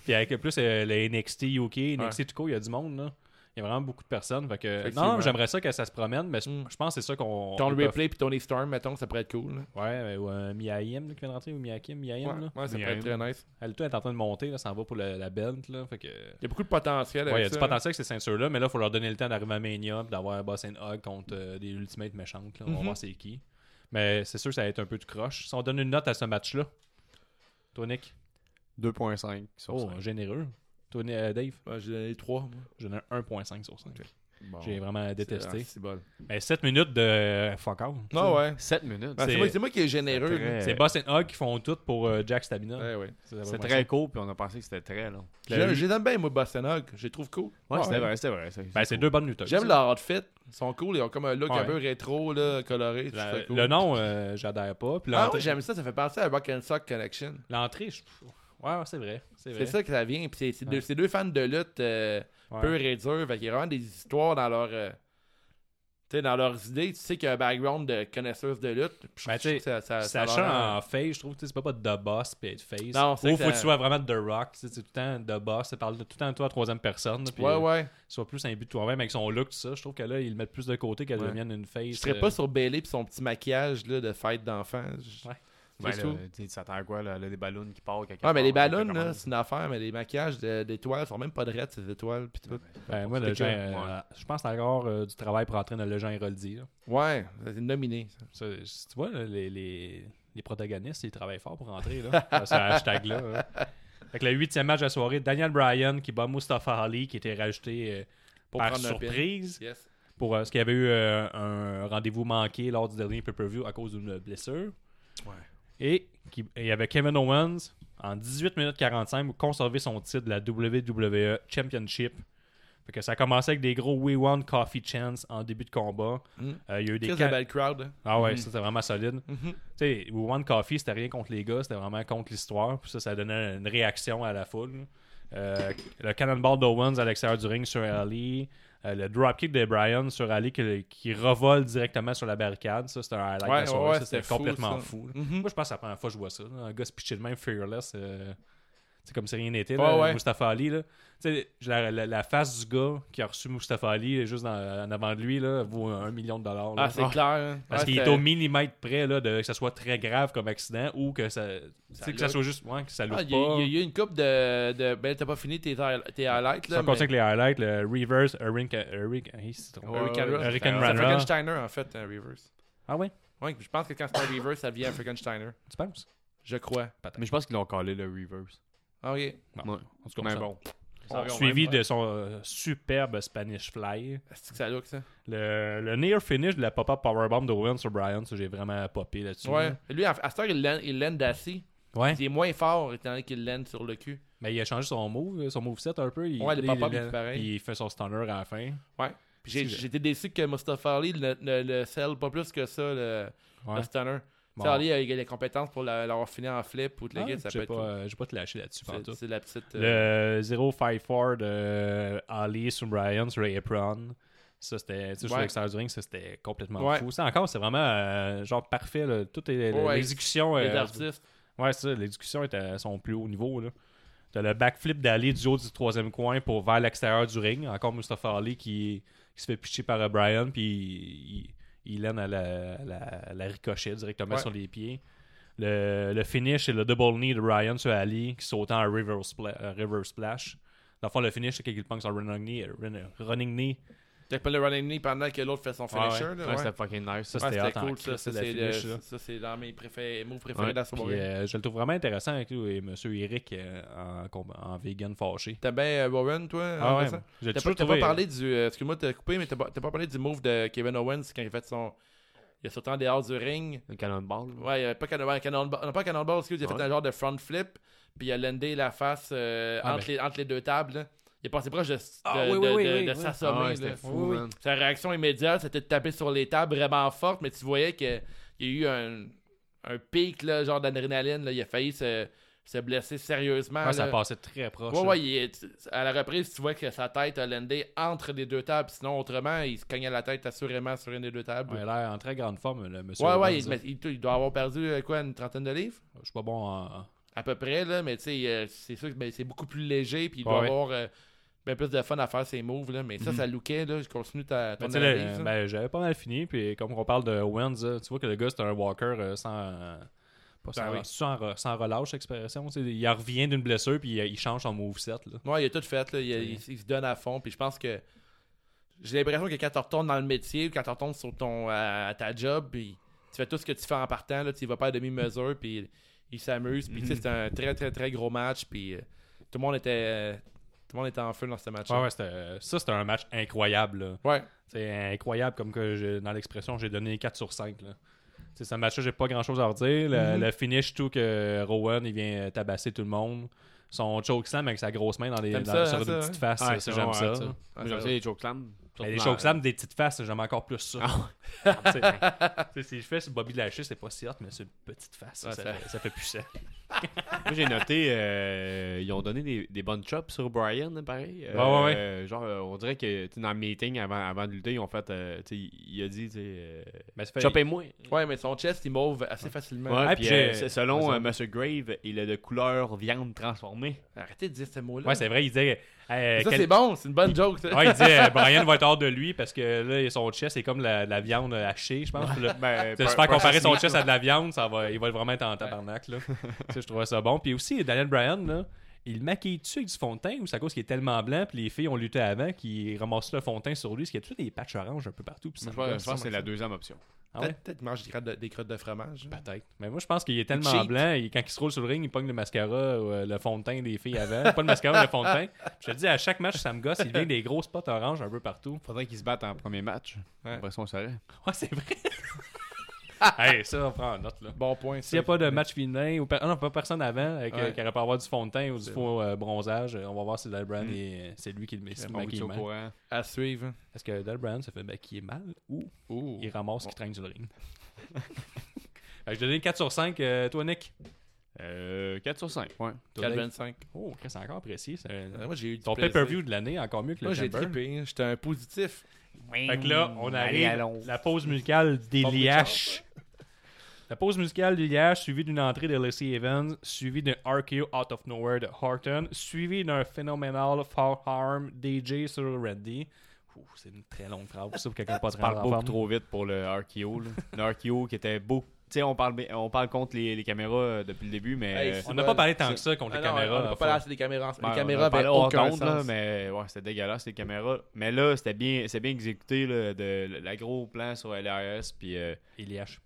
puis avec le plus euh, le NXT UK, NXT Tuco, il y a du monde, là. Il y a vraiment beaucoup de personnes. Fait que, Effectivement. non, mais j'aimerais ça que ça se promène, mais je, Mm. je pense que c'est ça qu'on. Ton ils peuvent- replay puis Tony Storm, mettons, ça pourrait être cool. là. Ouais, mais- ou un Miaim là, qui vient de rentrer, ou Miakim, Miaim. Ouais, Là. ouais, ça Il y pourrait a être très nice. Elle tout est en train de monter, là, ça en va pour la, la belt. Là, fait que... Il y a beaucoup de potentiel. Ouais, il y avec a du ça. potentiel avec ces ceintures-là, mais là, il faut leur donner le temps d'arriver à Mania puis d'avoir un Boss and Hug contre euh, des Ultimates méchantes. là. On va Mhm. voir c'est qui. Mais c'est sûr que ça va être un peu de croche. Si on donne une note à ce match-là, toi, Nick 2.5 sur Oh, cinq. généreux. Toi, Ni- euh, Dave Ouais, J'ai donné 3. Moi. Je donne un 1.5 sur 5. Bon. J'ai vraiment détesté. C'est bon. Mais 7 minutes de euh, fuck out. Ah ouais. 7 minutes. Ben, c'est C'est- moi, c'est moi qui est généreux. là. Eh C'est Boss and Hug qui font tout pour euh, Jack Stabina. Ouais, ouais. C'est très cool, puis on a pensé que c'était très long. J'ai- J'ai aime bien, moi, Boston Hug. Je les trouve cool. Ouais, Ouais. c'était vrai, c'était vrai. c'est- Ben, c'est deux bonnes lutteuses. J'aime leur outfit. Ils sont cool. Ils ont comme un look Ouais. un peu rétro, là, coloré. Je La- trouve ça cool. Le nom, euh, j'adhère pas. Puis Ah l'entrée- ouais, j'aime ça. Ça fait penser à Rock and Sock Connection. L'entrée, je... ouais, ouais, c'est vrai. C'est vrai. C'est ça que ça vient. Puis c'est- c'est deux, Ouais. c'est deux fans de lutte euh, Ouais. pur et dur. Fait qu'il y a vraiment des histoires dans leur. euh, tu sais, dans leurs idées, tu sais qu'il y a un background de connaisseurs de lutte. Puis je- Ben, je tu trouve sais, que ça, ça, Euh, ça leur Sachant rend- en face, je trouve que c'est pas pas de boss puis être face. Non, c'est Ou que faut que ça- tu sois vraiment de rock. tu sais, C'est tout le temps de boss. Ça parle tout le temps de toi en troisième personne. Puis Ouais, euh, ouais. sois plus un but de toi-même avec son look, tout ça. Je trouve que là, ils le mettent plus de côté qu'elle Ouais. devienne une face. Je serais euh, pas sur Bailey pis son petit maquillage là, de fête d'enfant. Je- Ouais. Ben, C'est là, tout. tu sais, ça t'attend à quoi, là, Là, des ballons qui partent. quelque Ah, mais les part, là, ballons, quelque là, part. c'est une affaire, mais les maquillages de- d'étoiles sont même pas de raides, ces étoiles. Pis tout. Ben, moi, le quelqu'un, Jean, euh, ouais. je pense encore euh, du travail pour entraîner le Jean Héroldi. là. Ouais, c'est nominé. ça. Ça, si Tu vois, là, les, les, les protagonistes, ils travaillent fort pour rentrer. Là, à ce hashtag-là. là. Fait que le huitième match de la soirée, Daniel Bryan qui bat Mustafa Ali, qui était rajouté euh, Pour par prendre un pin. surprise. Yes. pour euh, ce qu'il y avait eu euh, un rendez-vous manqué lors du dernier pay-per-view à cause d'une blessure. Ouais. Et qui- et il y avait Kevin Owens en 18 minutes 45 pour conserver son titre de la WWE Championship. Fait que ça commençait avec des gros We Want Coffee Chance en début de combat. Mm. Euh, il y a eu des Chris ca- de belle crowd. hein. là. Ah ouais, ça c'était vraiment solide. Mhm. Tu sais, We Want Coffee, c'était rien contre les gars, c'était vraiment contre l'histoire. Puis ça, ça donnait une réaction à la foule. là. Euh, le cannonball d'Owens à l'extérieur du ring sur Ali. Euh, le dropkick de Bryan sur Ali qui, qui revole directement sur la barricade. Ça, c'était un highlight de la Ouais, soirée. ouais, Ça, c'était c'était fou, complètement ça. fou. là. Mhm. Moi, je pense que c'est la première fois que je vois ça. là. Un gars se pitcher de même, fearless. euh, c'est comme si rien n'était. Ouais, là, ouais. Mustafa Ali. Là. Tu sais, La, la, la face du gars qui a reçu Mustafa Ali juste dans- en avant de lui là, vaut un million de dollars. là. Ah, c'est clair. hein. Parce Ouais, qu'il est c'était- au millimètre près là, de, que ça soit très grave comme accident ou que ça, tu sais, que ça loupe. soit juste ouais, que ça loupe Ah, Il y, pas. a- il y a eu une coupe de. de- Ben, t'as pas fini tes, hi- tes highlights. Là, Sans compter que les highlights, le reverse, Hurricane Ouais, Hurricane Rush. Hurricane C'est Runner. Frankensteiner, en fait, un reverse. Ah ouais, Ouais, je pense que quand c'est un reverse, ça devient un Frankensteiner. tu penses? Je crois. Mais je pense qu'ils l'ont collé le reverse. Ah, Ok. Ouais. En Ben tout cas, Mais ça- bon. Suivi de son euh, superbe Spanish Fly. C'est que ça look, ça. Le, le near finish de la pop-up powerbomb de Owen sur Brian, ça j'ai vraiment popé là-dessus. Ouais. Lui, à, à cette heure, il land- il land assis. Ouais. Il est moins fort, étant donné qu'il land sur le cul. Mais il a changé son move, son moveset un peu. Il, Ouais, le il- pop-up, il- il est pareil. puis il fait son stunner à la fin. Puis j'ai- Si, je- J'étais déçu que Mustafa Ali le, le, le sell pas plus que ça, le, Ouais. le stunner. Bon. Tu sais, Ali, il a les compétences pour la- l'avoir fini en flip ou te Ah, le gars, ça j'ai peut être. pas, cool. euh, j'ai pas te lâché là-dessus. C'est- pantoute. C'est la petite. euh, Le 0-5-4 de euh, Ali sur Brian sur les Apron. Ça, c'était. Tu sais, sur Ouais. l'extérieur du ring, ça, c'était complètement Ouais. fou. Ça, encore, c'est vraiment euh, genre parfait. là. Tout est. Ouais, L'exécution. les euh, artistes. ouais, c'est ça. L'exécution est à son plus haut niveau. Là. T'as le backflip d'Ali du haut du troisième coin pour vers l'extérieur du ring. Encore Mustafa Ali qui, qui se fait pitcher par euh, Brian, puis il, il lène à la, à la, à la ricochet directement Ouais. sur les pieds. Le, le finish, c'est le double knee de Brian sur Ali qui saute en river, spla- euh, river splash. Dans le fond, le finish, c'est qu'il pense sur running knee. euh, run- Running knee. T'as pas le running knee pendant que l'autre fait son Ah, finisher. ouais. là, Ouais, ouais. c'était fucking nice. Ça, c'était Ouais, hot c'était en cool, ça. crise, Ça, la c'est le- finish, là. ça, c'est dans mes préférés, moves préférés Ouais, de la Puis, soirée. euh, je le trouve vraiment intéressant avec lui, M. Eric euh, en, com- en vegan fâché. T'as bien euh, Warren, toi en Ah ouais, passant? j'ai T'as toujours pas, t'as trouvé- pas parlé du. euh, Excuse-moi de te couper, mais t'as pas, t'as pas parlé du move de Kevin Owens quand il a fait son. Il a sauté en dehors du ring. Le cannonball. là. Ouais, il y avait pas Cannonball. Cannonball non, pas Cannonball, excuse, il a fait Ouais. un genre de front flip. Puis il a landé la face euh, Ah, entre, les, entre les deux tables. là. Il est passé proche de, de, Ah, oui, de- oui, de- oui, de oui. s'assommer. Ah ouais, là. c'était fou, Oui, oui. man. Sa réaction immédiate, c'était de taper sur les tables vraiment forte, mais tu voyais qu'il y a eu un, un pic, là, genre d'adrénaline. là. Il a failli se, se blesser sérieusement. Ouais, ça là. passait très proche. Ouais, là. ouais, il est- à la reprise, tu vois que sa tête a landé entre les deux tables. Sinon, autrement, il se cognait la tête assurément sur une des deux tables. Ouais, Ouais, il a l'air en très grande forme, le monsieur. ouais, Evans, il, là. mais il- il doit avoir perdu euh, quoi, une trentaine de livres Je suis pas bon en. À peu près, là, mais tu sais, euh, c'est sûr que ben, c'est beaucoup plus léger, puis il doit Ouais, ouais. avoir euh, ben plus de fun à faire ses moves, là. Mais ça, ça lookait, là. Je continue ta, ton Mais tu sais, là, analyse, euh, là. ben, j'avais pas mal fini, puis comme on parle de Owens, euh, tu vois que le gars, c'est un walker euh, sans. euh, pas sans, oui. sans re- sans relâche, expression. tu sais, Il en revient d'une blessure, puis euh, il change son moveset. Là. Ouais, il a tout fait, là. Il, il- il se donne à fond, puis je pense que. J'ai l'impression que quand tu retournes dans le métier, quand tu retournes sur ton, à, à ta job, puis tu fais tout ce que tu fais en partant, là, tu y vas pas à demi-mesure, puis il s'amuse, puis tu Mhm. sais, c'était un très, très, très gros match, puis euh, tout, le monde était, euh, tout le monde était en feu dans ce match Ouais, ouais, c'était, euh, ça, c'était un match incroyable. là. ouais. C'est incroyable, comme que j'ai- dans l'expression, j'ai donné 4 sur 5. Là. Tu sais, ce match-là, j'ai pas grand-chose à redire. Le, Mm-hmm. le finish, tout que Rowan, il vient euh, tabasser tout le monde. Son chokeslam avec sa grosse main dans les, T'aimes dans- ça, sur hein, une ça, petite face, Ah, ça, c'est j'aime bon, ça. ouais, ça. Moi, j'aime ça, les chokeslam. Mais les Surtout dans- chokeslam des petites faces, j'aime encore plus ça. Ah Tu sais, tu sais, si je fais sur Bobby Lashley, c'est pas si hot, mais sur une petite face, Ouais, ça, ça- fait- ça fait puissant. Moi, j'ai noté, euh, ils ont donné des, des bonnes chops sur Brian, hein, pareil. Euh, Ouais, ouais, euh, Genre, euh, on dirait que tu sais, dans le meeting avant, avant de lutter, ils ont fait. euh, tu sais, il a dit, tu sais, euh, Mais ça fait- chopez-moi. Ouais, mais son chest, il mauve assez facilement. Ouais, Ah, puis, puis j'ai- euh, c'est- selon vas-y. euh, Monsieur Grave, il est de couleur viande formé. Arrêtez de dire ce mot-là. Ouais, c'est vrai, il disait. euh, ça, quel- c'est bon, c'est une bonne joke. Ça. Ouais, il disait euh, Brian va être hors de lui parce que là, son chest, c'est comme la, la viande hachée, je pense. Puis là, Ben, Tu sais, par- se faire par- comparer son chest à de la viande, ça va, il va être vraiment être en tabarnak. Là. Tu sais, je trouvais ça bon. Puis aussi, Daniel Bryan, là, il maquille-tu avec du fond de teint ou c'est à cause qu'il est tellement blanc puis les filles ont lutté avant qu'il ramasse le fond de teint sur lui? Parce qu'il y a tout des patchs orange un peu partout. Puis ça Moi, je pense- me je pense que c'est la deuxième option. Ah ouais? Peut-être peut-être qu'il mange des crottes de, des crottes de fromage. hein. Peut-être. Mais moi, je pense qu'il est tellement Cheat. blanc, et quand il se roule sur le ring, il pogne le mascara ou euh, le fond de teint des filles avant. Pas le mascara, mais le fond de teint. Je te dis, à chaque match, ça me gosse, il vient des grosses potes orange un peu partout. Faudrait qu'ils se battent en premier match. Ouais. Après ça, on s'arrête. Ouais, c'est vrai. hey, ça, on prend en note, là. Bon point. S'il n'y a pas de match féminin, ou per- ah non, pas personne avant euh, que- Ouais. qui aurait pas avoir du fond de teint ou du faux euh, bronzage, euh, on va voir si Dale Brand est- euh, c'est lui qui le met. c'est le On est au maquillement. courant. à suivre. Est-ce que Dale Brand se fait maquiller mal ou Ouh. il ramasse ce qui traîne sur le ring? Fait que je te donne 4 sur 5, euh, toi Nick. Euh, 4 sur 5, ouais. Toi, Dave. 4,25. Oh, Chris, c'est encore apprécié. c'est- Ouais, Euh, Moi, j'ai eu du Ton plaisir. pay-per-view de l'année, encore mieux que le Moi, j'ai Chamber. trippé. hein. J'étais un positif. Fait que là, on Allez, arrive allons. la pause musicale des Bombe de Liaches. La pause musicale des Liaches, suivie d'une entrée de Lacey Evans, suivie d'un RKO Out of Nowhere de Horton, suivie d'un phénoménal Forearm DJ sur Randy. Ouh, C'est une très longue phrase pour ça, pour quelqu'un pas On très parle en beaucoup forme. trop vite pour le RKO. Là. le RKO qui était beau. Tu sais, on parle, bi- on parle contre les, les caméras euh, depuis le début, mais. Hey, euh, On c'est n'a bon. pas parlé tant C'est- que ça contre Ah les non, caméras. On n'a là, pas faut- parlé des caméras. Les ben, on caméras en parlait avaient hors aucun d'onde, là, sens. mais ouais, c'était dégueulasse, les caméras. Mais là, c'était bien, c'était bien exécuté, là, de, le- la gros plan sur LRS, puis euh, Les Liaches.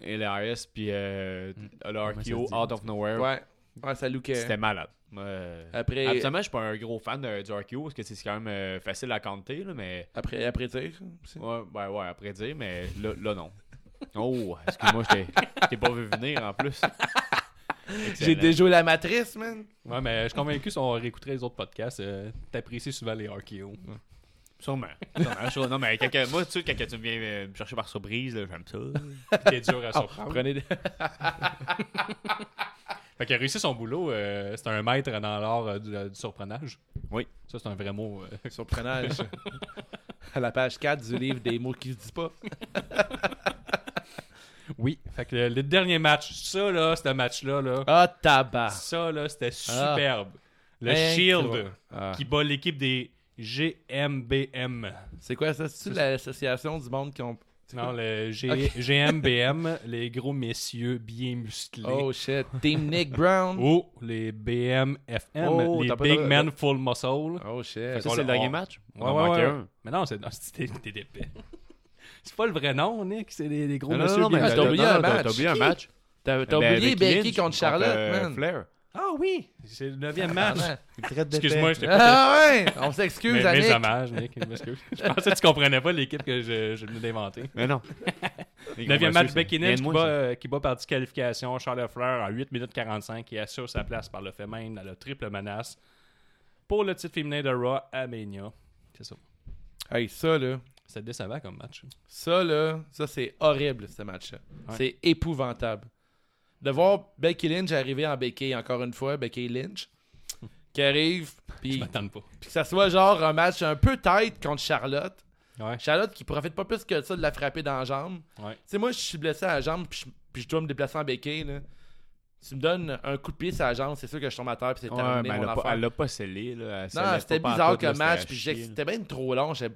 LRS, puis euh, le Hmm. ça se RKO dit, Out of Nowhere. Ouais. Ouais, ça C'était lookait. malade. Euh, Après- Absolument, je suis pas un gros fan euh, du RKO, parce que c'est quand même euh, facile à compter, là, mais. Après, après tir. c'est- Ouais, ouais, ouais, après dire, mais là, là non. Oh, excuse-moi, je t'ai- je t'ai pas vu venir en plus. J'ai Excellent. déjoué la matrice, man. Ouais, mais je suis convaincu, si on réécouterait les autres podcasts, euh, t'apprécies souvent les RKO. Sûrement. Sûrement, sûrement. Non, mais quand, moi, tu sais, quand tu viens euh, me chercher par surprise, là, j'aime ça. Euh, T'es dur Oh, à surprendre. Prenez des... Fait qu'il a réussi son boulot, euh, c'est un maître dans l'art euh, du, du surprenage. Oui. Ça, c'est un vrai mot. euh, surprenage. à la page 4 du livre des mots qui se disent pas. Oui, fait que le, le dernier match, ça là, ce match-là, là, Ah, tabac. ça là, c'était superbe. Le Incroyable. Shield Ah. qui bat l'équipe des GMBM. C'est quoi ça? C'est-tu l'association du monde qui ont. Non, le G- Ok. GMBM, les gros messieurs bien musclés. Oh shit. Oh, Team Nick Brown. Ou les BMFM, Oh, les t'as pas Big le- Men Full Muscle. Ouais, Oh shit. Ça, c'est le dernier match? On en ouais, manquait ouais. un. Mais non, c'est non, c'est- t'es t'es d'épais. C'est pas le vrai nom, Nick, c'est les, les gros Non, non, messieurs non, mais bien t'as t'as musclés. oublié un non, t'as- match. t'as oublié un Qui? match. T'as t'as Ben, oublié Becky Lynch contre Charlotte, euh, man. Flair. Ah oui, c'est le neuvième match. Excuse-moi, Excuse-moi, je t'ai pas Ah ouais! On s'excuse, Mais, mes Annick. hommages, Nick, je m'excuse. Je pensais que tu comprenais pas l'équipe que je, je venais d'inventer. Mais non. Neuvième match, Becky Lynch qui, Moi, bat, ça. euh, qui bat par disqualification Charles Fleur en 8 minutes 45 et assure sa place par le fait même dans le triple menace pour le titre féminin de Raw à Mania. C'est ça. Hey, ça là. C'était décevant comme match. Ça, là, ça, c'est horrible, ce match-là. C'est épouvantable. De voir Becky Lynch arriver en béquille, encore une fois, Becky Lynch, qui arrive, Je puis m'attends pas. puis que ça soit genre un match un peu tight contre Charlotte. Ouais. Charlotte qui profite pas plus que ça de la frapper dans la jambe. Ouais. Tu sais, moi, je suis blessé à la jambe, puis je, puis je dois me déplacer en béquille, là. Tu me donnes un coup de pied sur la jambe, c'est sûr que je tombe à terre, puis c'est Ouais, terminé mais elle mon l'a pas- affaire. elle l'a pas scellé. là. Elle Non, scellait c'était pas bizarre pantoute, là, comme match, à puis chier, j'ai- là. c'était même trop long. J'étais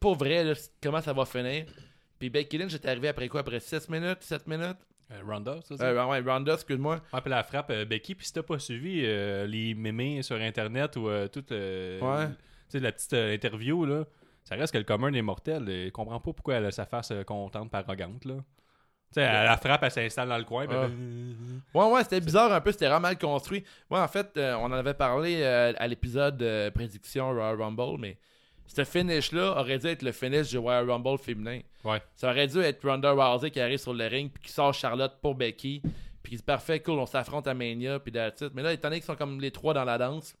pas vrai, là, c'est- comment ça va finir. Puis Becky Lynch, j'étais arrivé après quoi Après 6 minutes, 7 minutes Euh, Ronda, ça, c'est. euh, Ouais, Ronda, excuse-moi. Ouais, puis la frappe euh, Becky, puis si t'as pas suivi euh, les mémés sur Internet ou euh, toute euh, Ouais. tu sais, la petite euh, interview, là, ça reste que le commun des mortels. et Il comprend pas pourquoi elle a sa face euh, contente, par arrogante. Là. Tu sais, elle- la frappe, elle s'installe dans le coin. puis Ah. elle- Ouais, ouais, c'était bizarre un peu, c'était vraiment mal construit. Ouais, en fait, euh, on en avait parlé euh, à l'épisode euh, Prédiction Royal Rumble, mais ce finish-là aurait dû être le finish du Royal Rumble féminin. Ouais. Ça aurait dû être Ronda Rousey qui arrive sur le ring, puis qui sort Charlotte pour Becky, puis qui dit parfait, cool, on s'affronte à Mania, puis la titre. Mais là, étant donné qu'ils sont comme les trois dans la danse,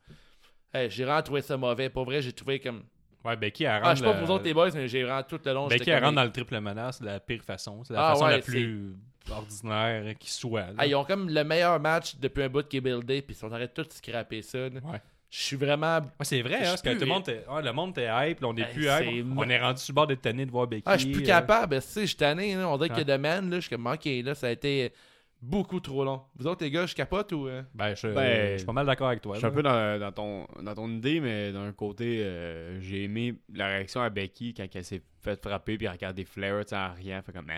hey, j'ai vraiment trouvé ça mauvais. Pour vrai, j'ai trouvé comme. Ouais, Becky, elle rentre. Ah, je sais pas le- pour vous autres les boys, mais j'ai vraiment tout le long. Becky, j'étais elle comme, rentre dans le triple menace de la pire façon. C'est la Ah, façon ouais, la plus ordinaire qui soit. là. Ah, ils ont comme le meilleur match depuis un bout qui est buildé, puis on aurait tout scrappé ça. là. Ouais. Je suis vraiment Ouais, c'est vrai, hein, Je parce que suis tout le plus- monde était ouais, le monde était hype, là, on est Hey, plus c'est hype. mo- On est rendu sur le bord d'être tanné de voir Becky. Ah, je suis plus euh, capable. Tu sais, je suis tanné. là. On dirait Ouais. que de man, là, je suis comme, ok, là, ça a été Beaucoup trop long. Vous autres, les gars, je capote ou. euh? Ben, je, Ben, je suis pas mal d'accord avec toi. Je suis un là. peu dans, dans ton, dans ton idée, mais d'un côté, euh, j'ai aimé la réaction à Becky quand elle s'est fait frapper puis elle regarde des flares en rien. Fait comme, ah,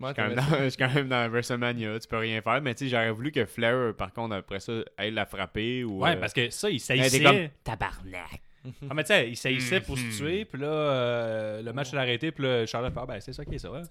Ouais, quand même t'as- dans- je suis quand même dans WrestleMania, tu peux rien faire. Mais tu sais, j'aurais voulu que Flair, par contre, après ça, aille la frapper. Ou, Ouais, euh, parce que ça, il elle saillissait. était comme tabarnak. Ah, mais tu sais, il saillissait pour Mhm. se tuer, puis là, euh, le match s'est arrêté, puis là, Charlotte fait, ah, ben, c'est ça qui est ça. hein.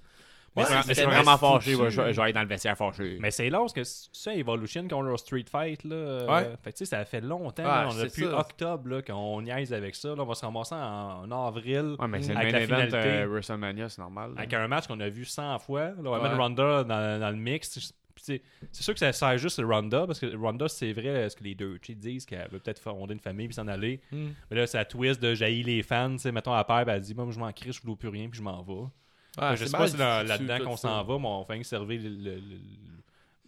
Mais Ouais, je suis- je c'était suis vraiment nice fâché. foutu, ouais, Je là. je vais aller dans le vestiaire fâché. Mais c'est long, parce que ça, Evolution contre leur Street Fight, là. euh, Ouais. Fait que, tu sais, ça fait longtemps, Ah, là, on a c'est plus ça. octobre, là, qu'on niaise avec ça. Là, on va se ramasser en, en avril. Ouais, mais c'est le Avec main la event finalité. euh, WrestleMania, c'est normal. là. Avec un match qu'on a vu 100 fois. Là, on va Ouais. mettre Ronda dans, dans le mix. Puis, tu sais, C'est sûr que ça sert juste Ronda, parce que Ronda, c'est vrai ce que les deux tu sais, disent, qu'elle veut peut-être fonder une famille puis s'en aller. Hmm. Mais là, ça twist de jaillir les fans. tu sais, Mettons, à perd, ben, elle dit Moi, je m'en crie, je ne plus rien, puis je m'en vais. Ah, je c'est sais pas mal si dans- foutu, là-dedans tout qu'on ça. s'en va, mais on fait que servir le- le-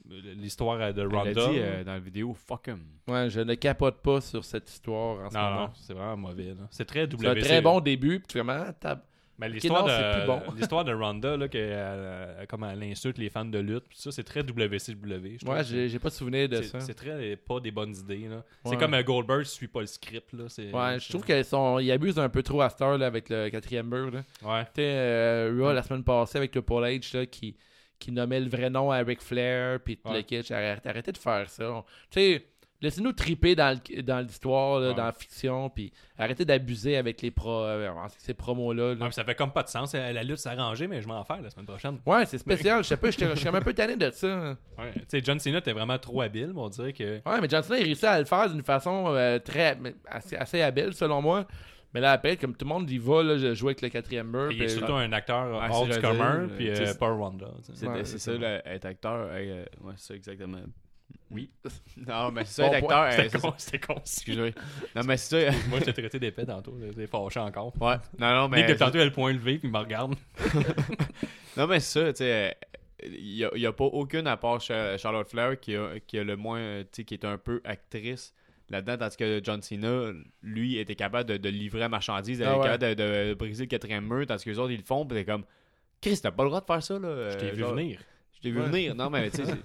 le- le- l'histoire de Elle a Ronda. dit euh, dans la vidéo, fuck 'em. Ouais, je ne capote pas sur cette histoire en ce Non, moment. non, c'est vraiment mauvais. là. C'est très C'est un WC. très bon début, puis tu fais comme, ah, tab- Mais non, l'histoire c'est plus de, bon. l'histoire de Ronda, là, que, euh, comme elle insulte les fans de lutte, pis ça, c'est très WCW. je trouve. Ouais, j'ai j'ai pas de souvenir de C'est- ça. C'est très euh, pas des bonnes idées. là. Ouais. C'est comme euh, Goldberg, tu suis pas le script. Là. c'est- Ouais, je trouve qu'ils sont... ils abusent un peu trop à cette heure là, avec le quatrième mur. Là. Ouais. Tu sais, euh, Raw, la semaine passée avec le Paul H là, qui, qui nommait le vrai nom à Ric Flair, puis tout le Ouais. kitsch. Arrête- Arrêtez de faire ça. On- Tu sais, laissez-nous triper dans le- dans l'histoire, là, Ouais. dans la fiction, puis arrêtez d'abuser avec les pro... euh, ces promos-là. là. Ouais, mais ça fait comme pas de sens. Euh, La lutte s'est arrangée, mais je vais en faire la semaine prochaine. Ouais, c'est spécial. Je sais pas, j'étais- je suis comme un peu tanné de ça. Ouais. Tu sais, John Cena était vraiment trop habile, mais on dirait que. Ouais, mais John Cena, il réussit à le faire d'une façon euh, très assez, assez habile, selon moi. Mais là, après, comme tout le monde y va, là, je joue avec le quatrième mur. Il est puis- surtout un acteur Ouais, hors c'est du ça, commun, je- puis tu sais, euh, c'est- pas Ronda. tu sais. C'est Ouais, c'est c'est ça, ça. le- être acteur. euh, ouais, c'est ça, exactement. Oui. Non, mais c'est ça, Bon être point. acteur. euh, C'était c'est ça. con, c'était con. Excusez. Non, mais c'est ça. Moi, je t'ai traité d'épais tantôt. là. T'es fâché encore. Ouais. Non, non, Mais mais. que tantôt, elle a le point levé, puis il me regarde. Non, mais c'est ça, tu sais. Il n'y a, pas aucune, à part Cha- Charlotte Flair, qui a, qui a le moins. euh, Tu sais, qui est un peu actrice là-dedans, tandis que John Cena, lui, était capable de, de livrer la marchandise, Ah ouais. était capable de, de briser le quatrième mur, tandis que les autres, ils le font, puis t'es comme. Chris, t'as pas le droit de faire ça, là. euh, Je t'ai vu genre, venir. Je t'ai vu Ouais. venir. Non, mais tu sais. c'est- En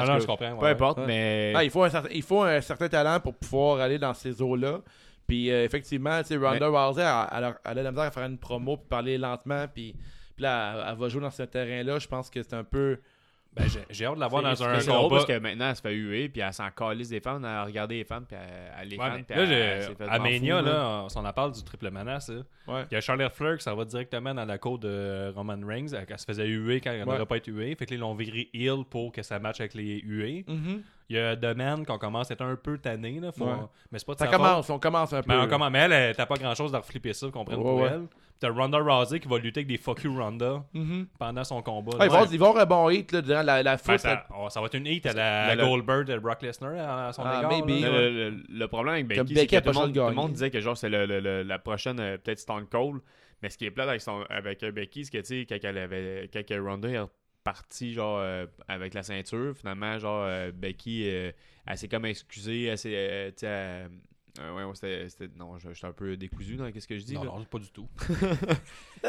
Ah tout non, cas, je comprends. Peu ouais. importe, Ouais. mais. Ah, il, faut un certain, il faut un certain talent pour pouvoir aller dans ces eaux-là. Puis euh, effectivement, tu sais, Ronda Rousey, elle, elle- elle a de la misère à faire une promo, puis parler lentement, puis, puis là, elle, elle va jouer dans ce terrain-là. Je pense que c'est un peu... Ben, j'ai- J'ai hâte de l'avoir dans Mais un c'est drôle combat. parce que maintenant, elle se fait huer, puis elle s'en calisse des femmes, elle a regardé les femmes, puis elle, elle les Ouais, femmes, mais puis là, elle- elle j'ai- s'est fait à m'en fous, Mania, là, on s'en en parle du triple menace. là. Ouais. Il y a Charlotte Fleur qui s'en va directement dans la côte de euh, Roman Reigns. Elle, elle se faisait huer quand elle Ouais. n'aurait pas été huée. Fait que là, ils l'ont viré heel pour que ça matche avec les huées. Il y a The Man qu'on commence à être un peu tanné. Là, faut- Ouais. Mais c'est pas de Ça sa faute. commence, on commence un peu. Mais on commence. Mais elle, elle, t'as pas grand chose à reflipper ça, qu'on prenne Ouais, pour ouais. elle. Puis T'as Ronda Rousey qui va lutter avec des fuck you Ronda Mhm. pendant son combat. Ouais, ils, Ouais. vont, ils vont rebondir là, durant la, la Ben, foot, ça, oh, ça va être une hit à la Mais à le- euh, Goldberg de Brock Lesnar à à son Ah, égard. maybe. là. là. ouais. Le, le- le problème avec Comme Becky, c'est Becky que a tout le pas monde, le tout le gagner. monde disait que genre c'est le- le- le- la prochaine, euh, peut-être Stone Cold, mais ce qui est plate avec, son, avec euh, Becky, c'est que tu sais, quand, elle avait, quand que Ronda est repartie genre, euh, avec la ceinture, finalement, genre euh, Becky, euh, elle s'est comme excusée, elle s'est. euh, tu sais, elle- euh, ouais, ouais, c'était, c'était- non, je, je suis un peu décousu dans ce que je dis. Non, là. non, pas du tout.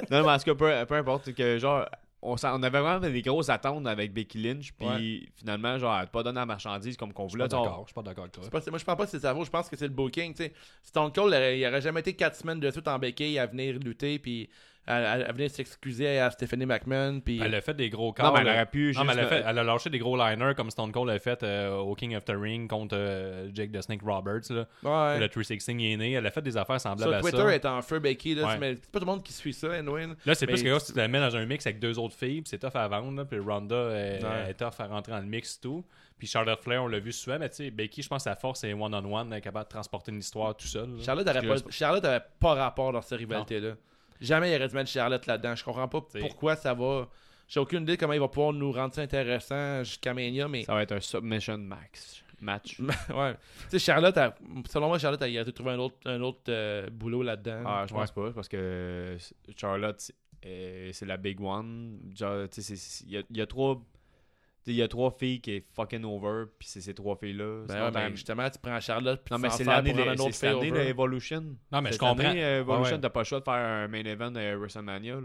Non, mais en tout cas, peu, peu importe, c'est que genre, on, s'en- on avait vraiment des grosses attentes avec Becky Lynch, puis finalement, genre, elle te pas donné la marchandise comme qu'on Je suis pas voulait. d'accord. genre. Je suis pas d'accord avec toi. C'est pas- c'est- moi, je pense pas que c'est le cerveau, je pense que c'est le booking. tu sais. Stone Cold, il il aurait jamais été 4 semaines de suite en béquille à venir lutter, puis à, à- à venir s'excuser à Stephanie McMahon. Puis... Elle a fait des gros Non, corps. mais elle là. aurait pu. Non, mais juste- elle a, fait- elle a lâché des gros liners comme Stone Cold a fait euh, au King of the Ring contre euh, Jake the Snake Roberts. Là. Ouais. Le 316 est né. Elle a fait des affaires semblables Sur à Twitter ça. est en feu, Becky. Là, Ouais. tu- mais C'est pas tout le monde qui suit ça, anyway. là. Là, c'est plus Mais- que là, si tu la mets dans un mix avec deux autres filles, puis c'est tough à vendre. là, Puis Ronda est, Ouais. est tough à rentrer dans le mix et tout. Puis Charlotte Flair, on l'a vu souvent. Mais tu sais, Becky, je pense que sa force c'est one-on-one, elle est capable de transporter une histoire tout seul. là. Charlotte n'avait Excuse- pas, Charlotte avait pas rapport dans cette rivalité-là. Jamais il aurait dû mettre Charlotte là-dedans. Je comprends pas T'sais. pourquoi ça va. J'ai aucune idée comment il va pouvoir nous rendre ça intéressant jusqu'à Mania, mais. Ça va être un submission max match. ouais. Tu sais, Charlotte, elle- selon moi, Charlotte, elle aurait dû trouver un autre, un autre euh, boulot là-dedans. Ah, je pense pas, parce que Charlotte, c'est- euh, c'est la big one. Genre, tu sais, c'est- c'est- il y a, il y a trois. tu sais, Il y a trois filles qui est fucking over, puis c'est ces trois filles-là. Ben Sinon, ouais, t'as- mais justement, tu prends Charlotte puis non, mais tu c'est s'en sers l'année pour rendre un de autre c'est cette année fait over. d'Evolution. Non, mais je Cette comprends. année, euh, Evolution, Ouais, ouais. t'as pas le choix de faire un main event de WrestleMania. Là.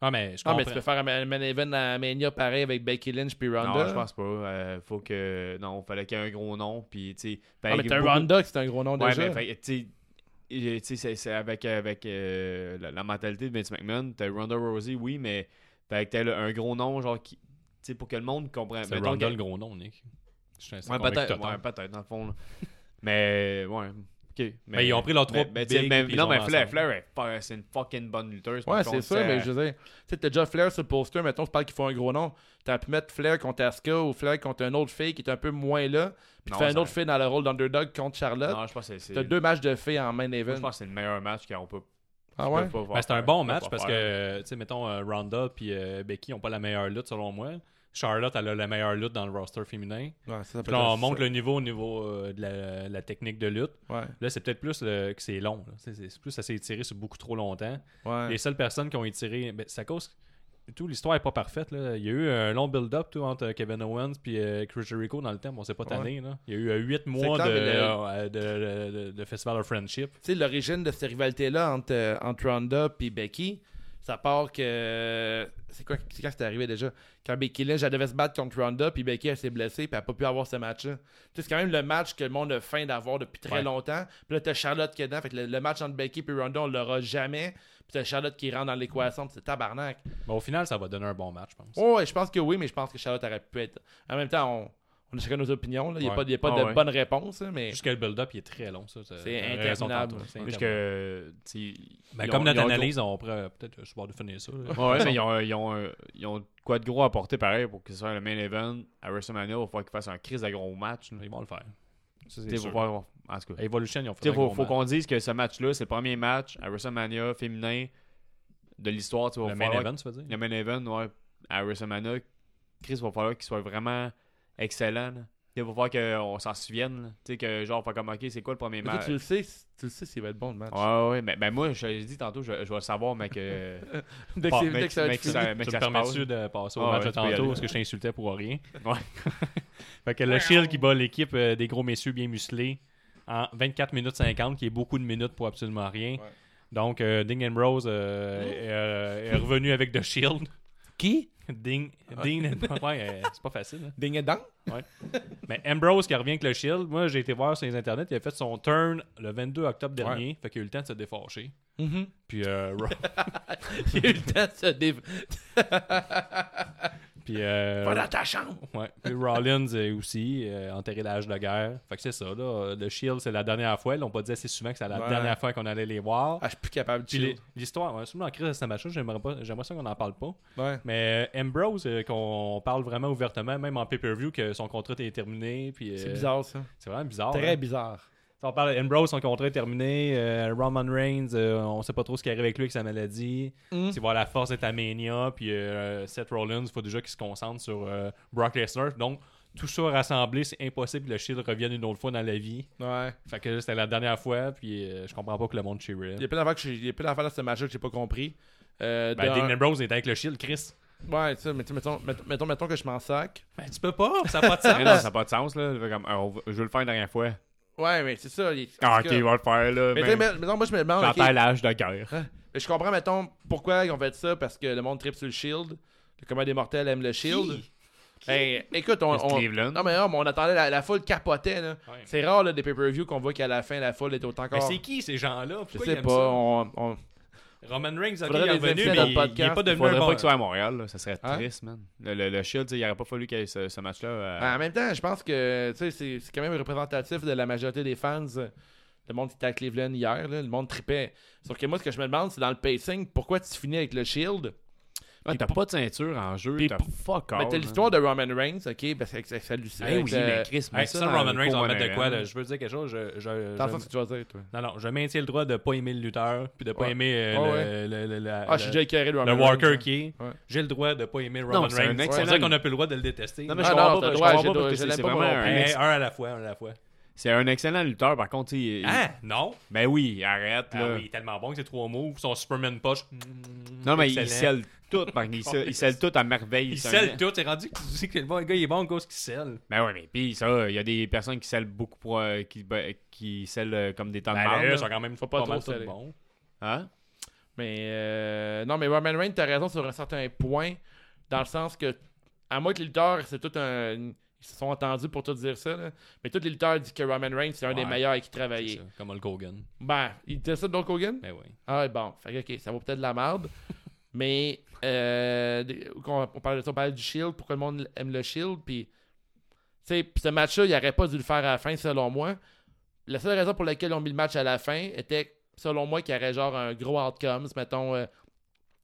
Ah, mais je Ah, comprends. mais tu peux faire un ma- main event à Mania pareil avec Becky Lynch puis Ah, Ronda. Non, je pense pas. Euh, faut que. Non, fallait qu'il y ait un gros nom. Puis, tu sais. ben, Ah, mais fallait t'as beaucoup- Ronda, c'est un gros nom Ouais, déjà. mais fait- tu sais, il- tu sais, c'est- c'est avec, avec euh, la, la mentalité de Vince McMahon. T'as Ronda Rousey, oui, mais t'as t'as le- un gros nom, genre, qui, tu sais, pour que le monde comprenne. C'est Mettons Ronda que- le gros nom, Nick. Je suis assez Ouais, convaincu peut-être, que t'as ouais, tort. peut-être, dans le fond. là. mais, ouais, ok. Mais, Mais ils ont pris leurs trois mais, mais, tu sais, bigs, mais- puis ils Non, ont mais mis Flair, ensemble. Flair, elle est pas- c'est une fucking bonne lutteuse. par Ouais, contre, c'est ça, tu sais, mais elle- je veux dire, tu sais, t'as déjà Flair sur le poster, mettons, tu parles qu'il faut un gros nom. T'as pu mettre Flair contre Asuka ou Flair contre une autre fille qui est un peu moins là, puis tu Non, fais une ça- autre fille dans le rôle d'underdog contre Charlotte. Non, je pense que c'est. T'as deux matchs de filles en main moi, event. Je pense que c'est le meilleur match qu'on peut. ah qu'on ouais? peut pas voir Ben, c'est un faire. bon On peut match pas parce faire. que, tu sais, mettons, euh, Ronda puis euh, Becky n'ont pas la meilleure lutte selon moi. Charlotte, elle a la meilleure lutte dans le roster féminin. Ouais, ça, ça peut Puis là, on être- monte le niveau au niveau euh, de la, la technique de lutte. Ouais, Là, c'est peut-être plus le- que c'est long. là. C'est c'est plus ça s'est étiré sur beaucoup trop longtemps. ouais. Les seules personnes qui ont étiré, ben, c'est à cause. Tout l'histoire est pas parfaite. là. Il y a eu un long build-up tout, entre Kevin Owens et Chris Jericho dans le temps. mais On s'est pas tanné. là. Il y a eu 8 mois clair, de, mais euh, de- de- de- de Festival of Friendship. Tu sais, l'origine de cette rivalité-là entre, euh, entre Ronda puis Becky, ça part que. euh, C'est quoi c'est quand c'est arrivé déjà Quand Becky Lynch, elle devait se battre contre Ronda, puis Becky, elle s'est blessée, puis elle n'a pas pu avoir ce match-là. Tu sais, c'est quand même le match que le monde a faim d'avoir depuis très Ouais. longtemps. Puis là, t'as Charlotte qui est dedans. Fait que le, le match entre Becky puis Ronda, on l'aura jamais. Puis t'as Charlotte qui rentre dans l'équation, puis c'est tabarnak. Mais au final, ça va donner un bon match, je pense. Ouais, ouais, je pense que oui, mais je pense que Charlotte aurait pu être. En même temps, on, on a chacun nos opinions. là. Il n'y a Ouais. pas, il y a pas Ah de ouais. bonne réponse, hein, mais. Jusqu'à le build-up, il est très long. ça. T'as- C'est t'as raison interminable. tantôt. C'est Parce interminable. que, tu sais, Ben, ils comme ont- notre ils ont- analyse, on pourrait peut-être euh, je suis bord de finir ça. là. Ouais, ouais, mais ils ont, ils, ont, un- ils ont quoi de gros à porter pareil pour que ce soit le main event à WrestleMania. Il va falloir qu'ils fassent un crise de gros match. là. Ils vont le faire. Ça, c'est T'sais, faut sûr. voir- en tout cas. Evolution, ils ont fait T'sais, un faut, gros faut match. qu'on dise que ce match-là, c'est le premier match à WrestleMania féminin de l'histoire. tu vas Le main falloir- event, tu veux dire? Le main event, ouais, à WrestleMania. Chris, va falloir qu'il soit vraiment excellent. là. T'sais, Il va falloir qu'on s'en souvienne. là. T'sais, que genre, faut comme, ok, c'est quoi le premier Mais toi, match? tu le sais, tu le sais s'il va être bon le match. Ouais, ouais, mais ben, moi, je l'ai dit tantôt, je, je vais le savoir, mais que. Dès que Bon, c'est- mais- dès que ça va mais être que fini. ça- mais Tu que me ça se passe. permets-tu de passer au Ah match ouais, de tu peux y aller. tantôt parce que je t'insultais pour rien? Ouais. fait que le Shield qui bat l'équipe euh, des gros messieurs bien musclés en 24 minutes 50, qui est beaucoup de minutes pour absolument rien. Donc, euh, Ding and Rose Oh. euh, est, euh, est revenu avec The Shield. Qui Ding, Ah. Ding and Ouais, euh, c'est pas facile. hein. Ding et dang. Mais Ambrose qui revient avec le Shield, moi j'ai été voir sur les internets, il a fait son turn le 22 octobre dernier, fait qu'il a eu le temps de se défâcher. Mm-hmm. Puis, euh, Ro- Il a eu le temps de se dé- puis, euh, Va dans ta chambre. Ouais. Puis Rollins euh, aussi, euh, enterré l'âge de guerre. Fait que c'est ça, là. Le Shield, c'est la dernière fois. Là, on pas dit assez souvent que c'est la Ouais. dernière fois qu'on allait les voir. Ah, je suis plus capable de Puis chiller. les- l'histoire, ouais, surtout en crise de ce match j'aimerais pas- j'aimerais ça qu'on en parle pas. Ouais. Mais euh, Ambrose, euh, qu'on parle vraiment ouvertement, même en pay-per-view, que son contrat est terminé. Puis, euh, C'est bizarre ça. C'est vraiment bizarre. Très hein. bizarre. Si On parle d'Ambrose, son contrat est terminé. euh, Roman Reigns, euh, on sait pas trop ce qui arrive avec lui avec sa maladie. Tu vois la force est à Mania, puis euh, Seth Rollins, il faut déjà qu'il se concentre sur euh, Brock Lesnar. Donc, tout ça rassemblé, c'est impossible que le Shield revienne une autre fois dans la vie. Ouais. Fait que c'était la dernière fois, puis euh, je comprends pas que le monde cheerait. Il y a plein d'affaires que j'ai- il y a plein d'affaires dans ce match-là que j'ai pas compris. Euh, Ben, dans- Dean Ambrose est avec le Shield, Chris. Ouais, tu sais, mais tu sais, mettons, mettons, mettons, mettons que je m'en sac. Ben, tu peux pas, ça n'a pas de sens. Mais non, ça n'a pas de sens, là. Fait comme, ah, on va- je vais le faire une dernière fois. Ouais, mais c'est ça. il- en Ah, tout ok, cas. il va le faire, ben- là. Mais tu sais, mais- mettons, moi je me demande. ok, J'entends l'âge de guerre. Mais je comprends, mettons, pourquoi ils ont fait ça, parce que le monde tripe sur le Shield. Le commun des mortels aime le Shield. Hey, écoute, on, Miss on- Cleveland. Non, mais non, mais on attendait, la, la foule capotait. là. Ouais. C'est rare, là, des pay-per-view qu'on voit qu'à la fin, la foule est autant Mais encore. c'est qui ces gens-là? Je Pourquoi ils sais aiment pas. on- on- ça? Roman Reigns, ok, il Faudrait est les revenu, inviter dans le mais il- il podcast. est pas devenu Faudrait un pas bon... qu'il soit à Montréal, là. Ça serait Hein? triste, man. Le, le, le Shield, tu sais, il n'y aurait pas fallu qu'il y ait ce, ce match-là. euh, En même temps, je pense que tu sais, c'est c'est quand même représentatif de la majorité des fans. Le monde qui était à Cleveland hier, là, le monde tripait. Sauf que moi, ce que je me demande, c'est dans le pacing, pourquoi tu finis avec le Shield ouais, Ah, t'as pas de ceinture en jeu, puis t'as pour- fuck all, Mais t'as hein. l'histoire de Roman Reigns, ok, parce que ça- ça- ça- Eh avec, oui, euh, mais Chris, mais Hey, ça, Roman Reigns, on va mettre de quoi? là? là? Je veux dire quelque chose. Je, je- je- T'entends ce que tu vas dire, toi Non, non, je maintiens le droit de pas aimer le lutteur, puis de pas Ouais. aimer euh, Ah le, ouais. le- le- la- Ah, je suis le- déjà écœuré de Roman le Reigns, Walker hein. qui est. Ouais. J'ai le droit de pas aimer Roman Non, c'est un Reigns. C'est excellent vrai qu'on a plus le droit de le détester. Non, mais Ah, je non, comprends t'as pas, le je droit, comprends j'ai pas, le- parce je que l'aime c'est pas, vraiment moi, non un plus. Hey, ex- un à la fois, un à la fois. C'est un excellent lutteur, par contre, tu sais. Hein? Non? Ben oui, arrête, Ah là. oui, il est tellement bon que ses trois moves, son Superman Punch, Non, mais il Excellent. scelle tout, par il scelle- il scelle tout à merveille. il c'est un- scelle tout. C'est rendu que tu dis que le bon gars, il est bon à cause qu'il scelle. Ben ouais, mais pis ça, il y a des personnes qui scellent beaucoup pour. euh, qui, ben, qui scellent euh, comme des temps de Ben, marde, là, là. ils sont quand même pas pas, trop mal tous sceller. bons. Hein? Mais euh, non, mais Roman Reigns, t'as raison sur un certain point, dans le sens que, à moins que les lutteurs, c'est tout un. Ils se sont entendus pour tout dire ça, là. mais tous les lutteurs disent que Roman Reigns, c'est un des Ouais. meilleurs avec qui C'est travailler. ça, Comme Hulk Hogan. Ben, il disait ça de Hulk Hogan? Ben oui. Ah, bon, fait que, ok, ça vaut peut-être de la merde. mais, euh, des- qu'on- on, parlait, on parlait du Shield, pourquoi le monde aime le Shield, puis, tu sais, puis ce match-là, il n'aurait pas dû le faire à la fin, selon moi. La seule raison pour laquelle on mis le match à la fin était, selon moi, qu'il y aurait genre un gros outcome, mettons, euh,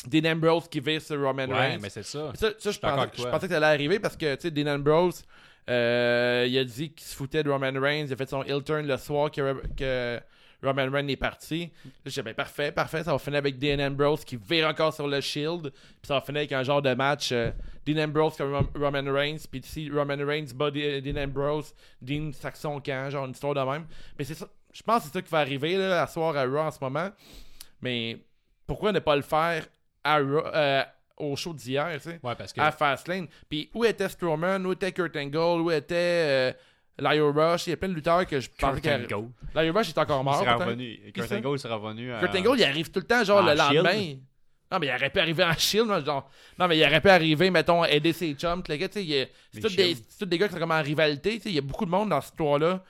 Dean Ambrose qui vise sur Roman Ouais, Ben Reigns. mais c'est ça. Ça, ça, je, suis d'accord pensais, avec je toi. pensais que ça allait arriver parce que, tu sais, Dean Ambrose, euh, il a dit qu'il se foutait de Roman Reigns. Il a fait son heel turn le soir que, que Roman Reigns est parti. Là, Je disais, ben, parfait, parfait. Ça va finir avec Dean Ambrose qui vire encore sur le Shield. Puis ça va finir avec un genre de match euh, Dean Ambrose comme Rom- Roman Reigns. Puis si Roman Reigns bat Dean Dean Ambrose, Dean Saxon quand genre une histoire de même. Mais c'est ça. Je pense que c'est ça qui va arriver là, à soir à Raw en ce moment. Mais pourquoi ne pas le faire à Raw- euh, au show d'hier, tu sais? Ouais, parce que. à Fastlane. Puis où était Strowman, où était Kurt Angle, où était euh, Lio Rush, il y a plein de lutteurs que je pense que Kurt Angle. Lio Rush est encore Il mort. sera pourtant. revenu. Kurt ça? Angle sera revenu à... Kurt Angle, il arrive tout le temps, genre en le lendemain. Shield. Non, mais il aurait pu arriver en shield. moi, genre. Non, mais il aurait pu arriver, mettons, aider ses chums. tout le gars, tu sais, il est- C'est Les tous des, Shields. c'est tous des gars qui sont comme en rivalité. tu sais, Il y a beaucoup de monde dans cette histoire-là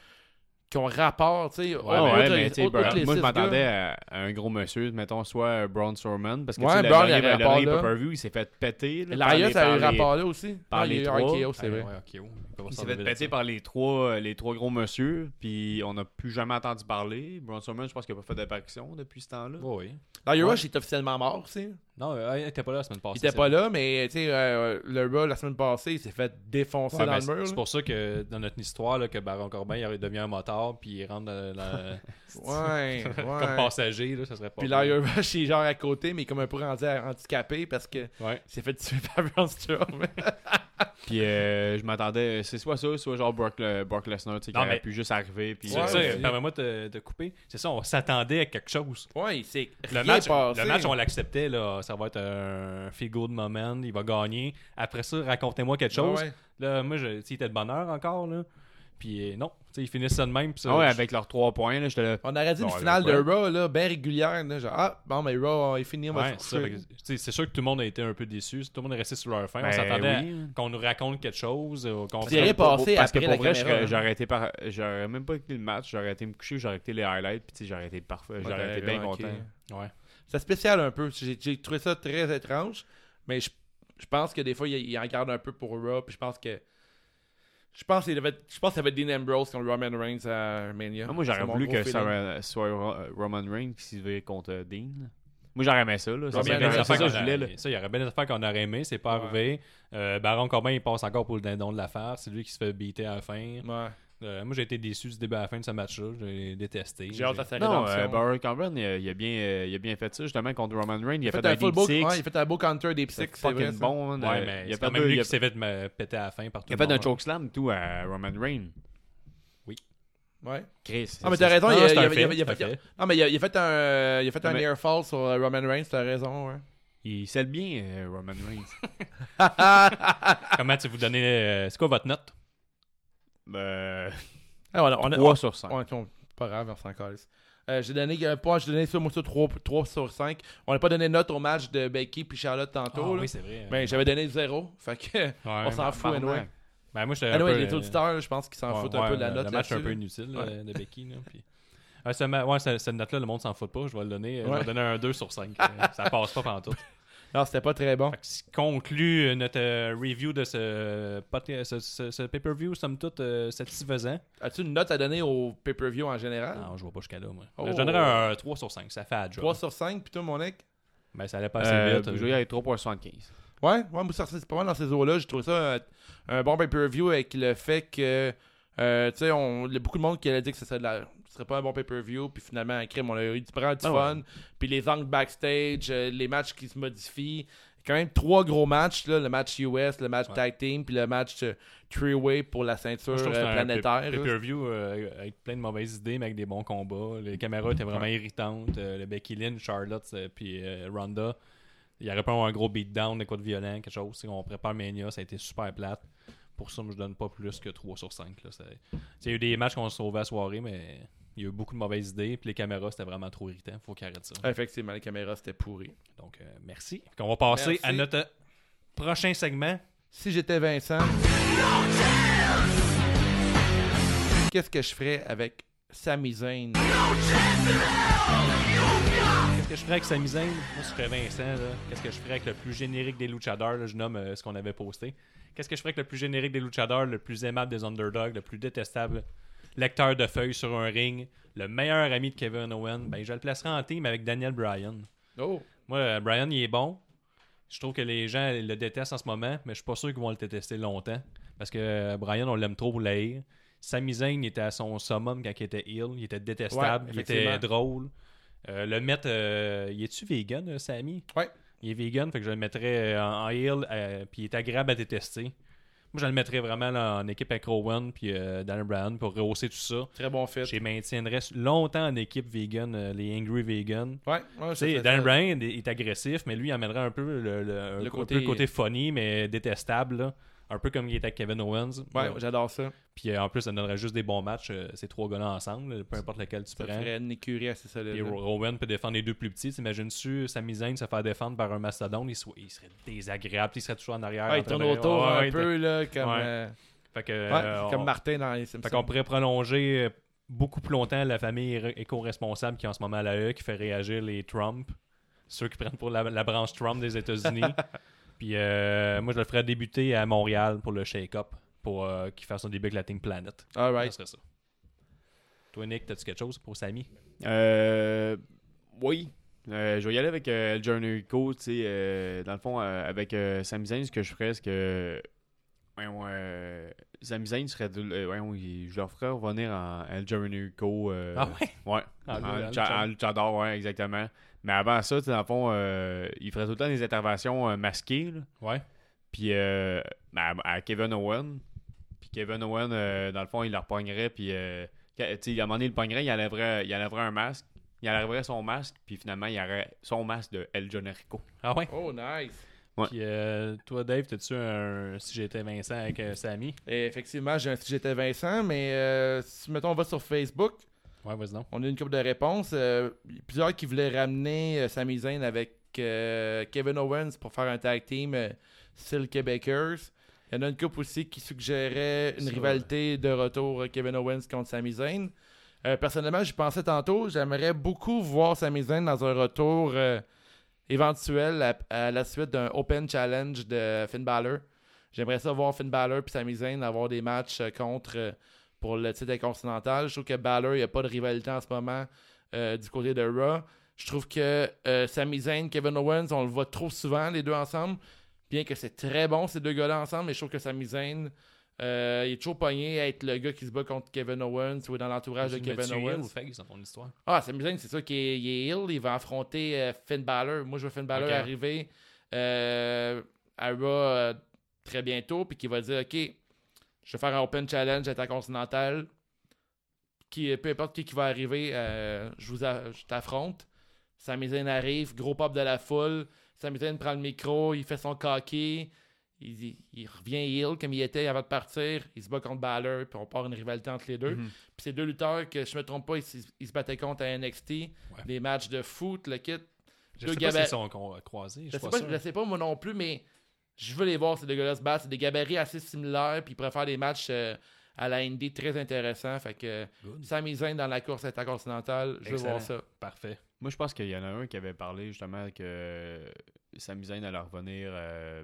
qui ont rapport. tu sais, au- Ouais, ouais, autre- mais tu sais, autre- Braun- autre les moi je six m'attendais gars. à, à un gros monsieur, mettons soit Braun Strowman, parce que Ouais, tu sais, le Braun, il dernier- avait le rapport, dernier là. pay-per-view, il s'est fait péter. là, par Lio, les- ça a eu par les- rapport là aussi. par Non, les il y a eu trois. RKO, c'est Ah, vrai. ouais, ok, ouais. Il peut pas Il s'est s'enlever fait de péter ça. par les trois, euh, les trois gros monsieur, puis on n'a plus jamais entendu parler. Braun Strowman, je pense qu'il n'a pas fait d'apparition depuis ce temps-là. Ouais, oui. Lio Ouais. Rush est officiellement mort aussi. Non, euh, il était pas là la semaine passée. Il était c'est pas là, mais tu sais, euh, le Raw la semaine passée, il s'est fait défoncer Ouais, dans ben, le mur. C'est là. pour ça que dans notre histoire, là, que Baron Corbin il devient un motard puis il rentre dans la- Ouais, comme ouais. passager, là, ça serait pas. Puis bon. Lawyer Rush il est genre à côté, mais comme un peu rendu à- handicapé parce que Ouais. il s'est fait tuer par Braun Strowman. Puis euh, je m'attendais, c'est soit ça, soit genre Brock, le- Brock Lesnar, tu sais, qui Non, aurait mais- pu juste arriver. Puis, euh, C'est Ouais, ça, aussi. permets-moi de te couper. C'est ça, on s'attendait à quelque chose. ouais, il s'est Le rien match, passé. le match, on l'acceptait, là. Ah, Ça va être un feel good moment, il va gagner. Après ça, racontez-moi quelque chose. Ouais, ouais. Là, moi, je, tu sais, il était de bonne heure encore, là. Puis euh, non, tu sais, ils finissent ça de même. puis ça, Ah ouais, je- avec leurs trois points, là, j'étais là. On aurait dit Bon, une là, finale quoi. de Raw, là, bien régulière. là, genre, ah, bon, mais Raw, il finit, on va Ouais, se c'est ça. Fait coucher. que, tu sais, c'est sûr que tout le monde a été un peu déçu. Tout le monde est resté sur leur fin. Ben on s'attendait à- oui. qu'on nous raconte quelque chose. euh, qu'on Puis il est passé parce que après pour la vrai, je caméra. serais- j'aurais été par... j'aurais même pas écouté le match, j'aurais été me coucher, j'aurais écouté les highlights, puis tu sais, j'aurais été parfait, Ouais, j'aurais été ouais, bien ok. content. Ouais. C'est spécial un peu. J'ai j'ai trouvé ça très étrange, mais je, je pense que des fois, il, il en garde un peu pour Raw, puis je pense que. Je pense qu'il devait- je pense que ça va être Dean Ambrose contre Roman Reigns à Mania. Ah, moi, j'aurais C'est mon voulu gros que feeling. ça euh, soit Ro- euh, Roman Reigns qui s'y virait contre euh, Dean. Moi, j'aurais aimé ça. Là. Il y Roman Ça, a c'est bien des Reigns, c'est ça affaires que qu'on je voulais. là. a- ça, il y aurait bien des affaires qu'on aurait aimé, c'est pas Ouais. arrivé. Euh, Baron Corbin, il passe encore pour le dindon de l'affaire, c'est lui qui se fait beater à la fin. Ouais. Euh, moi, j'ai été déçu du début à la fin de ce match-là, j'ai détesté. J'ai hâte à sa Non, rédemption. euh, Baron Corbin, il, a- il a bien, euh, il a bien fait ça, justement, contre Roman Reigns. il Il a a fait, fait un full deep book, six. ouais, il a fait un beau counter des C'est psychs, c'est vrai. fucking ça. bon. hein. Ouais, Euh, mais il a c'est quand fait même deux- lui il a- qui s'est hein. fait me péter à la fin par tout il a le fait un monde. chokeslam, tout, à Roman Reigns. Ouais. Chris. Ah, mais t'as raison, Non, il a- c'est il a- un il a- fait, il a c'est un fait- fait. Non, mais il a- il a fait un il a fait Non, un mais- air fall sur euh, Roman Reigns, t'as raison. ouais. Il scelle bien, euh, Roman Reigns. Comment tu vous donnez. euh, c'est quoi votre note ben, Ah, on a- on a- 3 sur 5. Ouais, ok, on- pas grave, on s'en calisse. Euh, j'ai donné un point, j'ai donné ça, moi, ça, 3, sur 5. On n'a pas donné de note au match de Becky puis Charlotte tantôt. là. Ah oui, c'est vrai. mais j'avais donné 0. Fait que, on s'en fout, anyway. Barnac. Ben, moi, j'étais un Anyway, peu, les euh, auditeurs, là, je pense qu'ils s'en ouais, foutent un peu de la ouais, note. Le match un là-dessus. peu inutile là, de Becky. là, puis- Ah, ce ma- ouais, ce- cette note-là, le monde s'en fout pas. Je vais le donner. euh, Je Ouais. vais donner un 2 sur 5. ça passe pas pantoute. Non, c'était pas très bon. Fait que ce qui conclut euh, notre euh, review de ce, podca- ce, ce- ce pay-per-view, somme toute, euh, satisfaisant. As-tu une note à donner au pay-per-view en Ah. général Non, je vois pas jusqu'à là, moi. Oh. Je donnerais un 3 sur 5, ça fait à job. 3 sur 5, plutôt, mon mec. Mais ça allait pas assez Euh, vite. Je vais y aller 3.75. Ouais, ouais, moi, ça, c'est pas mal dans ces eaux-là. J'ai trouvé ça un, un bon pay-per-view avec le fait que, euh, tu sais, on- il y a beaucoup de monde qui a dit que ce serait, de la- ce serait pas un bon pay-per-view. Puis finalement, à crime, on a eu du prend du Ah fun. Puis les angles backstage, euh, les matchs qui se modifient. Quand même trois gros matchs, là, le match US, le match Ouais. tag team, puis le match euh, three-way pour la ceinture Moi, je trouve que euh, c'est un pay- planétaire. là. pay-per-view euh, avec plein de mauvaises idées, mais avec des bons combats. Les caméras étaient vraiment irritantes. Euh, le Becky Lynch, Charlotte, euh, puis euh, Ronda. Il y aurait pas eu un gros beatdown, des quoi de violent, quelque chose. Si on prépare Mania, ça a été super plate. Pour ça, moi, je donne pas plus que 3 sur 5. Là. Ça- Tu sais, Il y a eu des matchs qu'on se sauvait à soirée, mais Il y a eu beaucoup de mauvaises idées, puis les caméras, c'était vraiment trop irritant. Faut qu'ils arrêtent ça. Effectivement, les caméras, c'était pourri. Donc, euh, merci. Donc, On va passer Merci. à notre prochain segment. Si j'étais Vincent, qu'est-ce que je ferais avec Sami Zayn? Qu'est-ce que je ferais avec Sami Zayn? Moi, si je serais Vincent, là, qu'est-ce que je ferais avec le plus générique des luchadors? là, je nomme euh, ce qu'on avait posté. Qu'est-ce que je ferais avec le plus générique des luchadors, le plus aimable des underdogs, le plus détestable lecteur de feuilles sur un ring, le meilleur ami de Kevin Owen? Ben, je le placerai en team avec Daniel Bryan. Oh! Moi, euh, Brian, il est bon. Je trouve que les gens le détestent en ce moment, mais je suis pas sûr qu'ils vont le détester longtemps. Parce que euh, Brian, on l'aime trop pour l'haïr. Sami Zayn, il était à son summum quand il était ill. Il était détestable, Ouais, il était effectivement. drôle. Euh, le mettre, euh, il est-tu vegan, euh, Sami? Ouais. Il est vegan, fait que je le mettrais euh, en, en heel, euh, puis il est agréable à détester. Moi, je le mettrais vraiment là, en équipe avec Rowan, puis euh, Daniel Bryan, pour rehausser tout ça. Très bon fit. Je les maintiendrais longtemps en équipe vegan, euh, les Angry Vegan. Ouais, ouais, Tu sais, Dan Bryan est, est agressif, mais lui, il amènera un peu le, le- un peu- côté- un peu le côté funny, mais détestable. là. Un peu comme il était avec Kevin Owens. Ouais, Ouais. j'adore ça. Puis euh, en plus, ça donnerait juste des bons matchs, euh, ces trois gars-là ensemble, là, peu importe lequel tu Ça prends. ferait euh, une écurie assez solide. Puis là. Ro- Rowan peut défendre les deux plus petits. T'imagines-tu sa misaine se faire défendre par un mastodonte? Il, soit- il serait désagréable, il serait toujours en arrière. Ouais, en il train tourne de- autour Ouais, un ouais, peu, là, comme, Ouais. euh, Fait que, ouais, euh, comme on- Martin dans les fait Simpsons. qu'on pourrait prolonger euh, beaucoup plus longtemps la famille ré- éco-responsable qui est en ce moment à l'AE, qui fait réagir les Trump, ceux qui prennent pour la, la branche Trump des États-Unis. Puis euh, moi, je le ferais débuter à Montréal pour le shake-up, pour euh, qu'il fasse son début avec la Think Planet. All right. Ça serait ça. Toi, Nick, t'as-tu quelque chose pour Samy? Euh, oui. Euh, je vais y aller avec euh, El Jericho, tu sais, euh, dans le fond, euh, avec euh, Sami Zayn, ce que je ferais, c'est que voyons, euh, Sami Zayn serait, de- euh, voyons, il- je leur ferais revenir en El Jericho. euh, Ah ouais? Ouais. En En, lucha- lucha- en luchador, ouais, exactement. Mais avant ça, tu sais, dans le fond, euh, il ferait tout le temps des interventions euh, masquées, là. Ouais. Puis euh, à, à Kevin Owen. Puis Kevin Owen, euh, dans le fond, il le repognerait. Puis euh, tu sais, à un moment donné, il le pognerait, il enlèverait, il enlèverait un masque. Il enlèverait son masque. Puis finalement, il y aurait son masque de El Generico. Ah ouais? Oh, nice. Ouais. Puis euh, toi, Dave, t'as-tu un Si j'étais Vincent avec euh, Samy? Et Eh, effectivement, j'ai un si j'étais Vincent, mais euh, si, mettons, on va sur Facebook, Ouais, vas-y donc. on a une couple de réponses. euh, plusieurs qui voulaient ramener euh, Sami Zayn avec euh, Kevin Owens pour faire un tag team euh, style Québécois. Il y en a une couple aussi qui suggérait une Ça, rivalité de retour euh, Kevin Owens contre Sami Zayn. Euh, personnellement, j'y pensais tantôt, j'aimerais beaucoup voir Sami Zayn dans un retour euh, éventuel à, à la suite d'un Open Challenge de Finn Balor. J'aimerais ça voir Finn Balor et Sami Zayn avoir des matchs euh, contre euh, pour le titre continental. Je trouve que Balor, il n'y a pas de rivalité en ce moment euh, du côté de Raw. Je trouve que euh, Sami Zayn, Kevin Owens, on le voit trop souvent les deux ensemble. Bien que c'est très bon ces deux gars-là ensemble, mais je trouve que Sami Zayn, euh, il est toujours pogné à être le gars qui se bat contre Kevin Owens ou dans l'entourage de Tu le Kevin mets-tu heel Owens. ou face dans ton histoire? Ah, Sami Zayn, c'est ça qui est, il est heel. Il va affronter euh, Finn Balor. Moi, je vois Finn Balor Ok. arriver euh, à Raw euh, très bientôt, puis qui va dire, OK, je vais faire un Open Challenge intercontinental. Qui, peu importe qui, qui va arriver, euh, je vous a- je t'affronte. Sami Zayn arrive, gros pop de la foule. Sami Zayn prend le micro, il fait son coquet. Il, il- il revient heel comme il était avant de partir. Il se bat contre Balor, puis on part une rivalité entre les deux. Mhm. Puis c'est deux lutteurs que, je me trompe pas, ils, s- ils se battaient contre à NXT. Des matchs de foot, le kit. Je Deux sais pas gabas- s'ils sont con- croisés. Je Je suis sais pas, pas, sûr. je sais pas moi non plus, mais je veux les voir, ces deux gars-là se battre. C'est des gabarits assez similaires, puis ils préfèrent des matchs euh, à la ND très intéressants. Fait que Good. Sami Zayn dans la course intercontinentale, je veux Excellent. voir ça. Parfait. Moi, je pense qu'il y en a un qui avait parlé justement que Sami Zayn allait revenir euh,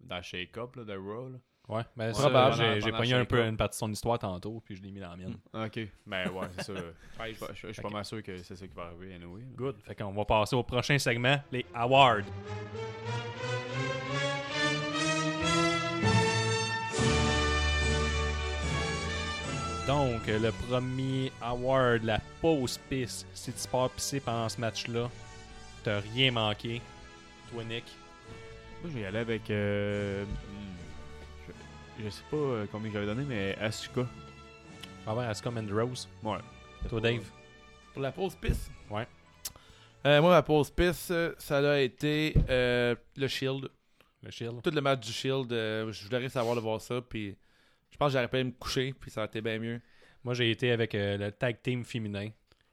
dans Shake Up là, de Raw. là. Ouais, ben ça, Probable. j'ai- j'ai Pendant pogné un cinq peu ans. une partie de son histoire tantôt, puis je l'ai mis dans la mienne. Ok. Ben ouais, c'est ça. Je suis pas- je- je suis pas Ok. mal sûr que c'est ça qui va arriver, anyway. là. Good. Fait qu'on va passer au prochain segment, les awards. Donc, le premier award, la pause pisse. Si tu pars pisser pendant ce match-là, t'as rien manqué. Toi, Nick. Moi, je vais y aller avec. euh, hmm, je, je sais pas euh, combien j'avais donné, mais Asuka. Robert Ah Ascom and Rose. Ouais. Toi, Dave. Pour la pause piste Ouais. Euh, moi, ma pause piste, euh, ça a été euh, le Shield. Le Shield. Tout le match du Shield, euh, je voudrais savoir de voir ça, puis je pense que j'aurais pu aller me coucher, puis ça aurait été bien mieux. Moi, j'ai été avec euh, le tag team féminin.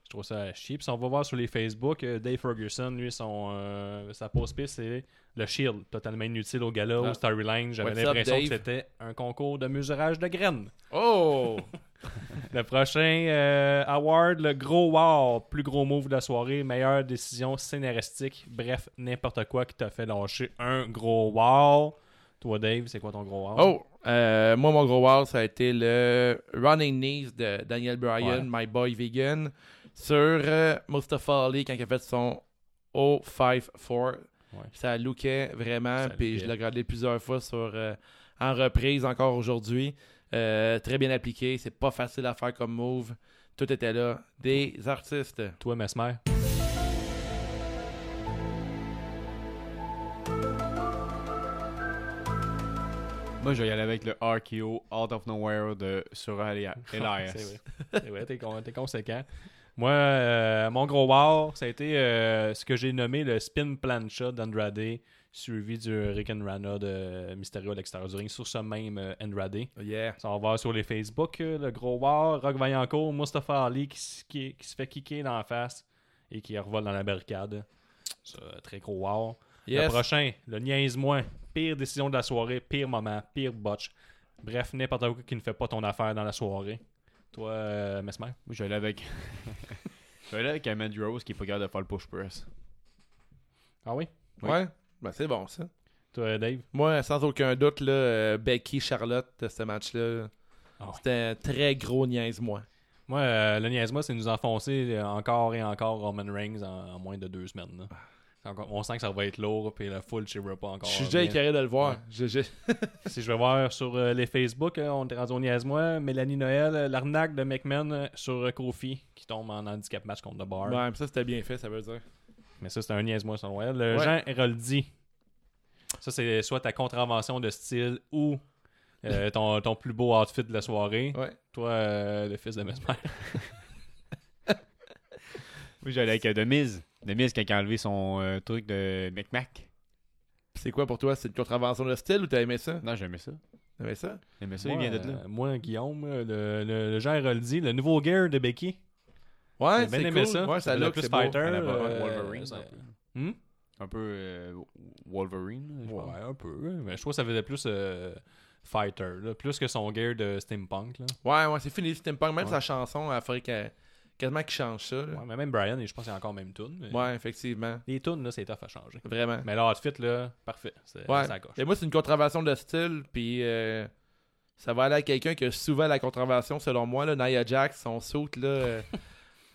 Je trouve ça chier. Puis si on va voir sur les Facebook, euh, Dave Ferguson, lui, son, euh, sa pause piste, c'est le Shield, totalement inutile au gala, Ah. au storyline. J'avais What's up, l'impression que Dave? c'était un concours de mesurage de graines. Oh! Le prochain euh, award, le gros wow, plus gros move de la soirée, meilleure décision scénaristique, bref, n'importe quoi qui t'a fait lâcher un gros wow. Toi, Dave, c'est quoi ton gros wow? Oh! Euh, moi, mon gros wow, ça a été le Running Knees de Daniel Bryan, My Boy Vegan, sur euh, Mustafa Ali quand il a fait son 054. Ouais. Ça lookait vraiment, Ça puis lookait. je l'ai regardé plusieurs fois sur, euh, en reprise encore aujourd'hui. Euh, très bien appliqué, c'est pas facile à faire comme move. Tout était là. Des artistes. Toi, Mesmer. Moi, je vais y aller avec le RKO Out of Nowhere de Surah Eli- Elias. C'est vrai. C'est vrai, t'es, con- t'es conséquent. Moi, euh, mon gros wow, ça a été euh, ce que j'ai nommé le spin plancha d'Andrade, suivi du Rick and Rana de Mysterio à l'extérieur du ring, sur ce même euh, Andrade. Yeah. Ça, on va sur les Facebook, euh, le gros war, Rock Vaillancourt, Mustafa Ali qui, s- qui- qui se fait kicker dans la face et qui revole dans la barricade. Ça, très gros war. Le Yes. prochain, le niaise-moi. Pire décision de la soirée, pire moment, pire botch. Bref, n'importe quoi qui ne fait pas ton affaire dans la soirée. Toi, euh, Mesmer. Moi, je vais aller avec. je vais aller avec Amanda Rose qui est pas capable de faire le push press. Ah oui? Oui. Ouais. Ben, c'est bon, ça. Toi, euh, Dave? Moi, sans aucun doute, là, euh, Becky, Charlotte, euh, ce match-là, Ah ouais. c'était un très gros niaise-moi. Moi, euh, le niaise-moi, c'est nous enfoncer euh, encore et encore Roman Reigns en, en moins de deux semaines. là. C'est encore- on sent que ça va être lourd, puis la foule, je pas encore. Je suis déjà rien. écœuré de le voir. Je- je- Si je vais voir sur euh, les Facebook, euh, on est rendu au niaise-moi, Mélanie Noël, euh, l'arnaque de McMahon euh, sur euh, Kofi qui tombe en handicap match contre The Bar. Ouais, mais ça, c'était bien fait, ça veut dire. Mais ça, c'est un niaise-moi sur Noël. Le Ouais. Jean Héroldi. Ça, c'est soit ta contravention de style ou euh, ton, ton plus beau outfit de la soirée. Ouais. Toi, euh, le fils de Mesmer. Moi, je vais aller avec euh, Demise. Demise qui a enlevé son euh, truc de McMac. Pis C'est quoi pour toi? C'est une contravention de style ou t'as aimé ça? Non, j'aimais ça. T'aimais ça? J'aimais ça, Moi, il vient de là. euh, moi, Guillaume, euh, le, le, le Jean Héroldi, le nouveau gear de Becky. Ouais, J'ai bien c'est aimé cool. ça. Ouais, ça Ça look, fait c'est plus beau. fighter. À la euh, Wolverine, Wolverine, ça- un peu. Hmm? Un peu euh, Wolverine. je pense. Ouais, un peu. Mais je trouve que ça faisait plus euh, fighter, là, plus que son gear de steampunk. Là. Ouais, ouais, c'est fini. C'était pas même Ouais. sa chanson, elle faudrait qu'elle- quasiment qu'il change ça. là. Ouais, mais même Brian, je pense qu'il a encore même tune. mais- Ouais, effectivement. Les tunes, là, c'est tough à changer. Vraiment. Mais l'outfit, là, parfait. C'est Ouais. ça coche. Et moi, c'est une contravention de style, puis euh, ça va aller à quelqu'un qui a souvent la contravention, selon moi, là, Nia Jax, son saute, là, euh,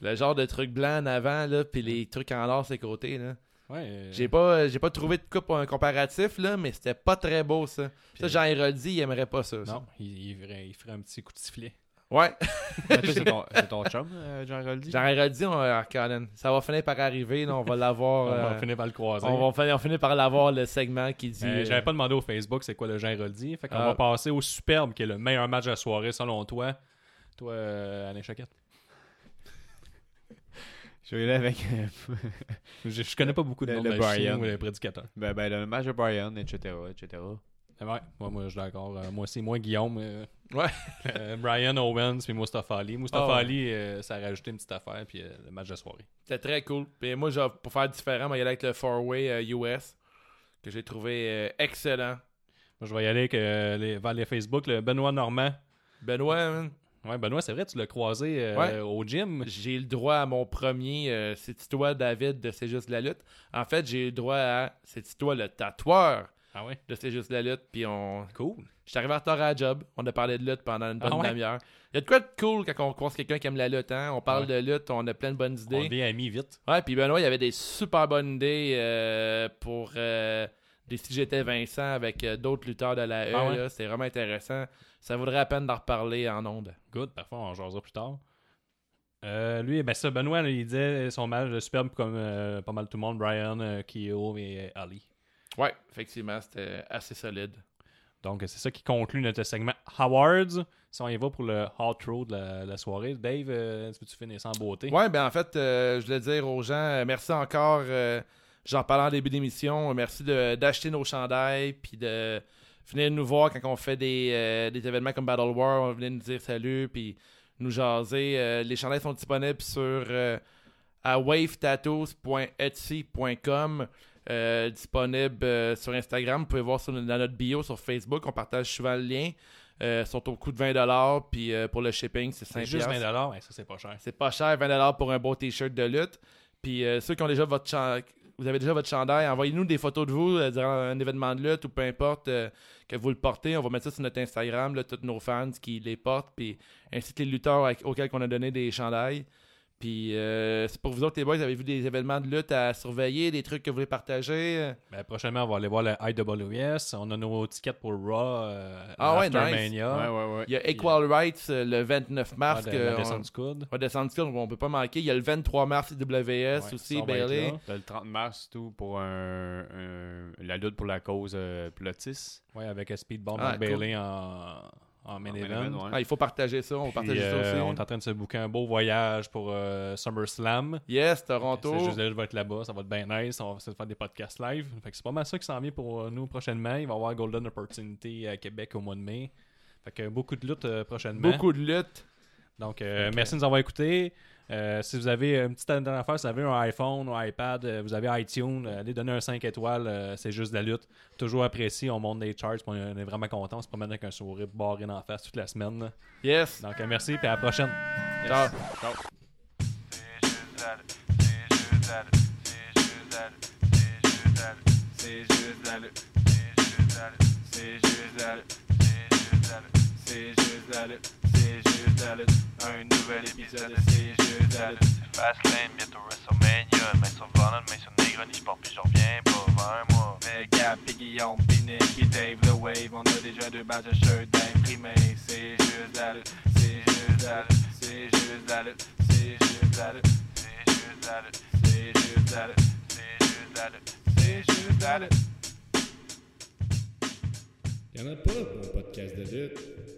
le genre de truc blanc en avant, là, puis les trucs en or ses côtés, là. Ouais, euh, J'ai pas, euh, j'ai pas trouvé de coupe un comparatif, là, mais c'était pas très beau, ça. puis- euh, Ça, Jean Héroldi, il aimerait pas ça. ça. Non, il, il ferait, il ferait un petit coup de sifflet. Ouais, Mais toi, c'est ton, c'est ton chum, euh, Jean Roldi. Jean Héroldi, on, ah, Colin, ça va finir par arriver, là, on va l'avoir... on va euh, finir par le croiser. on va finir, on finit par l'avoir, le segment qui dit... Euh, euh, J'avais pas demandé au Facebook c'est quoi le Jean Roldi. Fait qu'on Ah. va passer au Superbe, qui est le meilleur match de la soirée selon toi. Toi, euh, Alain Choquette. Je vais aller avec euh, Je, je connais pas beaucoup de Le- noms le de magiciens Brian. ou de prédicateurs. ben, ben, le match de Brian, etc. etc. Ah Ouais, moi, moi je suis d'accord. Euh, moi aussi, moi, Guillaume. euh, Ouais. euh, Brian Owens puis Mustafa Ali. Mustafa Ah ouais. Ali, euh, ça a rajouté une petite affaire puis euh, le match de la soirée. C'était très cool. Puis moi, je vais- pour faire différent, mais il y avec le four-way euh, US, que j'ai trouvé euh, excellent. Moi, je vais y aller avec, euh, les, vers les Facebook, le Benoît Normand. Benoît, hein, Ouais, Benoît, c'est vrai, tu l'as croisé euh, Ouais. au gym. j'ai le droit à mon premier euh, C'est-tu toi, David, de C'est juste la lutte. En fait, j'ai le droit à C'est-tu toi, le tatoueur Ah ouais, de C'est juste la lutte. Puis on... cool. je suis arrivé en retard à la job. On a parlé de lutte pendant une bonne Ah ouais? demi-heure. Il y a de quoi de cool quand on croise quelqu'un qui aime la lutte. hein. On parle Ouais. de lutte, on a plein de bonnes idées. On est amis vite. Ouais, puis Benoît, il avait des super bonnes idées euh, pour euh, des Si j'étais Vincent avec euh, d'autres lutteurs de la E. Ah ouais? là. C'était vraiment intéressant. Ça vaudrait la peine d'en reparler en ondes. Good, parfait, on en jasera plus tard. Euh, lui, ben ça, Benoît, là, il disait son match de superbe comme euh, pas mal tout le monde, Brian, euh, Kyo et euh, Ali. Ouais, effectivement, c'était assez solide. Donc, c'est ça qui conclut notre segment Howards. Si on y va pour le hot road de la, la soirée, Dave, euh, tu peux-tu finir sans beauté? Ouais, ben en fait, euh, je voulais dire aux gens, euh, merci encore, euh, j'en parlais en début d'émission, euh, merci de- d'acheter nos chandails, puis de venir nous voir quand on fait des, euh, des événements comme Battle War, on venir nous dire salut, puis nous jaser. Euh, les chandelles sont disponibles sur euh, à wavetattoos.etsy.com. euh, disponible euh, sur Instagram. Vous pouvez voir sur, dans notre bio sur Facebook. On partage souvent le lien. Euh, ils sont au coût de 20$. Puis euh, pour le shipping, c'est 5$. C'est juste 20 ouais, ça c'est pas cher. C'est pas cher, 20 pour un beau t-shirt de lutte. Puis euh, ceux qui ont déjà votre chan- vous avez déjà votre chandail, envoyez-nous des photos de vous euh, durant un événement de lutte ou peu importe euh, que vous le portez. On va mettre ça sur notre Instagram, là, tous nos fans qui les portent, puis ainsi que les lutteurs avec- auxquels on a donné des chandails. Puis euh, c'est pour vous autres les boys, avez vu des événements de lutte à surveiller, des trucs que vous voulez partager. euh? Ben, prochainement, on va aller voir le IWS. On a nos tickets pour Raw, euh, Ah ouais, Aftermania. Ouais, ouais, ouais. Il y a Equal Rights euh, le 29 Ah, mars. de- que la on- descente du coude. on va descendre sur, on peut pas manquer. Il y a le 23 mars IWS Ouais, aussi, ça, on va être Bailey. là. T'as le 30 mars, tout, pour un, un- la lutte pour la cause euh, Plotis. Ouais, avec euh, Speedbomb Ah, Mark cool. Bailey en, en main En main event. event, ouais. Ah, il faut partager ça, on Puis, partage ça aussi. euh, on est en train de se bouquer un beau voyage pour euh, SummerSlam. Yes, Toronto. C'est juste là, je vais être là-bas, ça va être bien nice, on va essayer de faire des podcasts live. Fait que c'est pas mal ça qui s'en vient pour euh, nous prochainement. Il va y avoir Golden Opportunity à Québec au mois de mai. Fait que beaucoup de luttes euh, prochainement. Beaucoup de luttes. Donc, euh, merci de nous avoir écoutés. Euh, si vous avez une petite dernière affaire, si vous avez un iPhone, un iPad, euh, vous avez iTunes, euh, allez donner un 5 étoiles, euh, c'est juste de la lutte. Toujours apprécié, on monte des charts, puis on est vraiment content, on se promène avec un sourire barré dans la face toute la semaine. là. Yes. Donc, euh, merci, puis à la prochaine. Ciao. C'est juste la lutte, c'est juste la lutte, c'est juste la lutte, c'est juste la lutte, c'est juste la lutte, c'est juste la lutte, c'est juste la lutte, c'est juste la lutte, c'est juste la lutte, c'est juste la lutte. Un nouvel épisode de C'est juste la lutte. Fastlane, bientôt WrestleMania, mais sur Vernon, mais sur Negron, je pars puis je reviens pas vers moi. Vega, Piggy, on Nick et Dave the Wave, on a déjà deux badges de shirt d'imprimé. C'est juste la lutte, c'est juste la lutte, c'est juste la lutte, c'est juste la lutte, c'est juste la lutte, c'est juste la lutte, c'est juste la lutte, c'est juste la lutte. Y en a pas de bon podcast de lutte.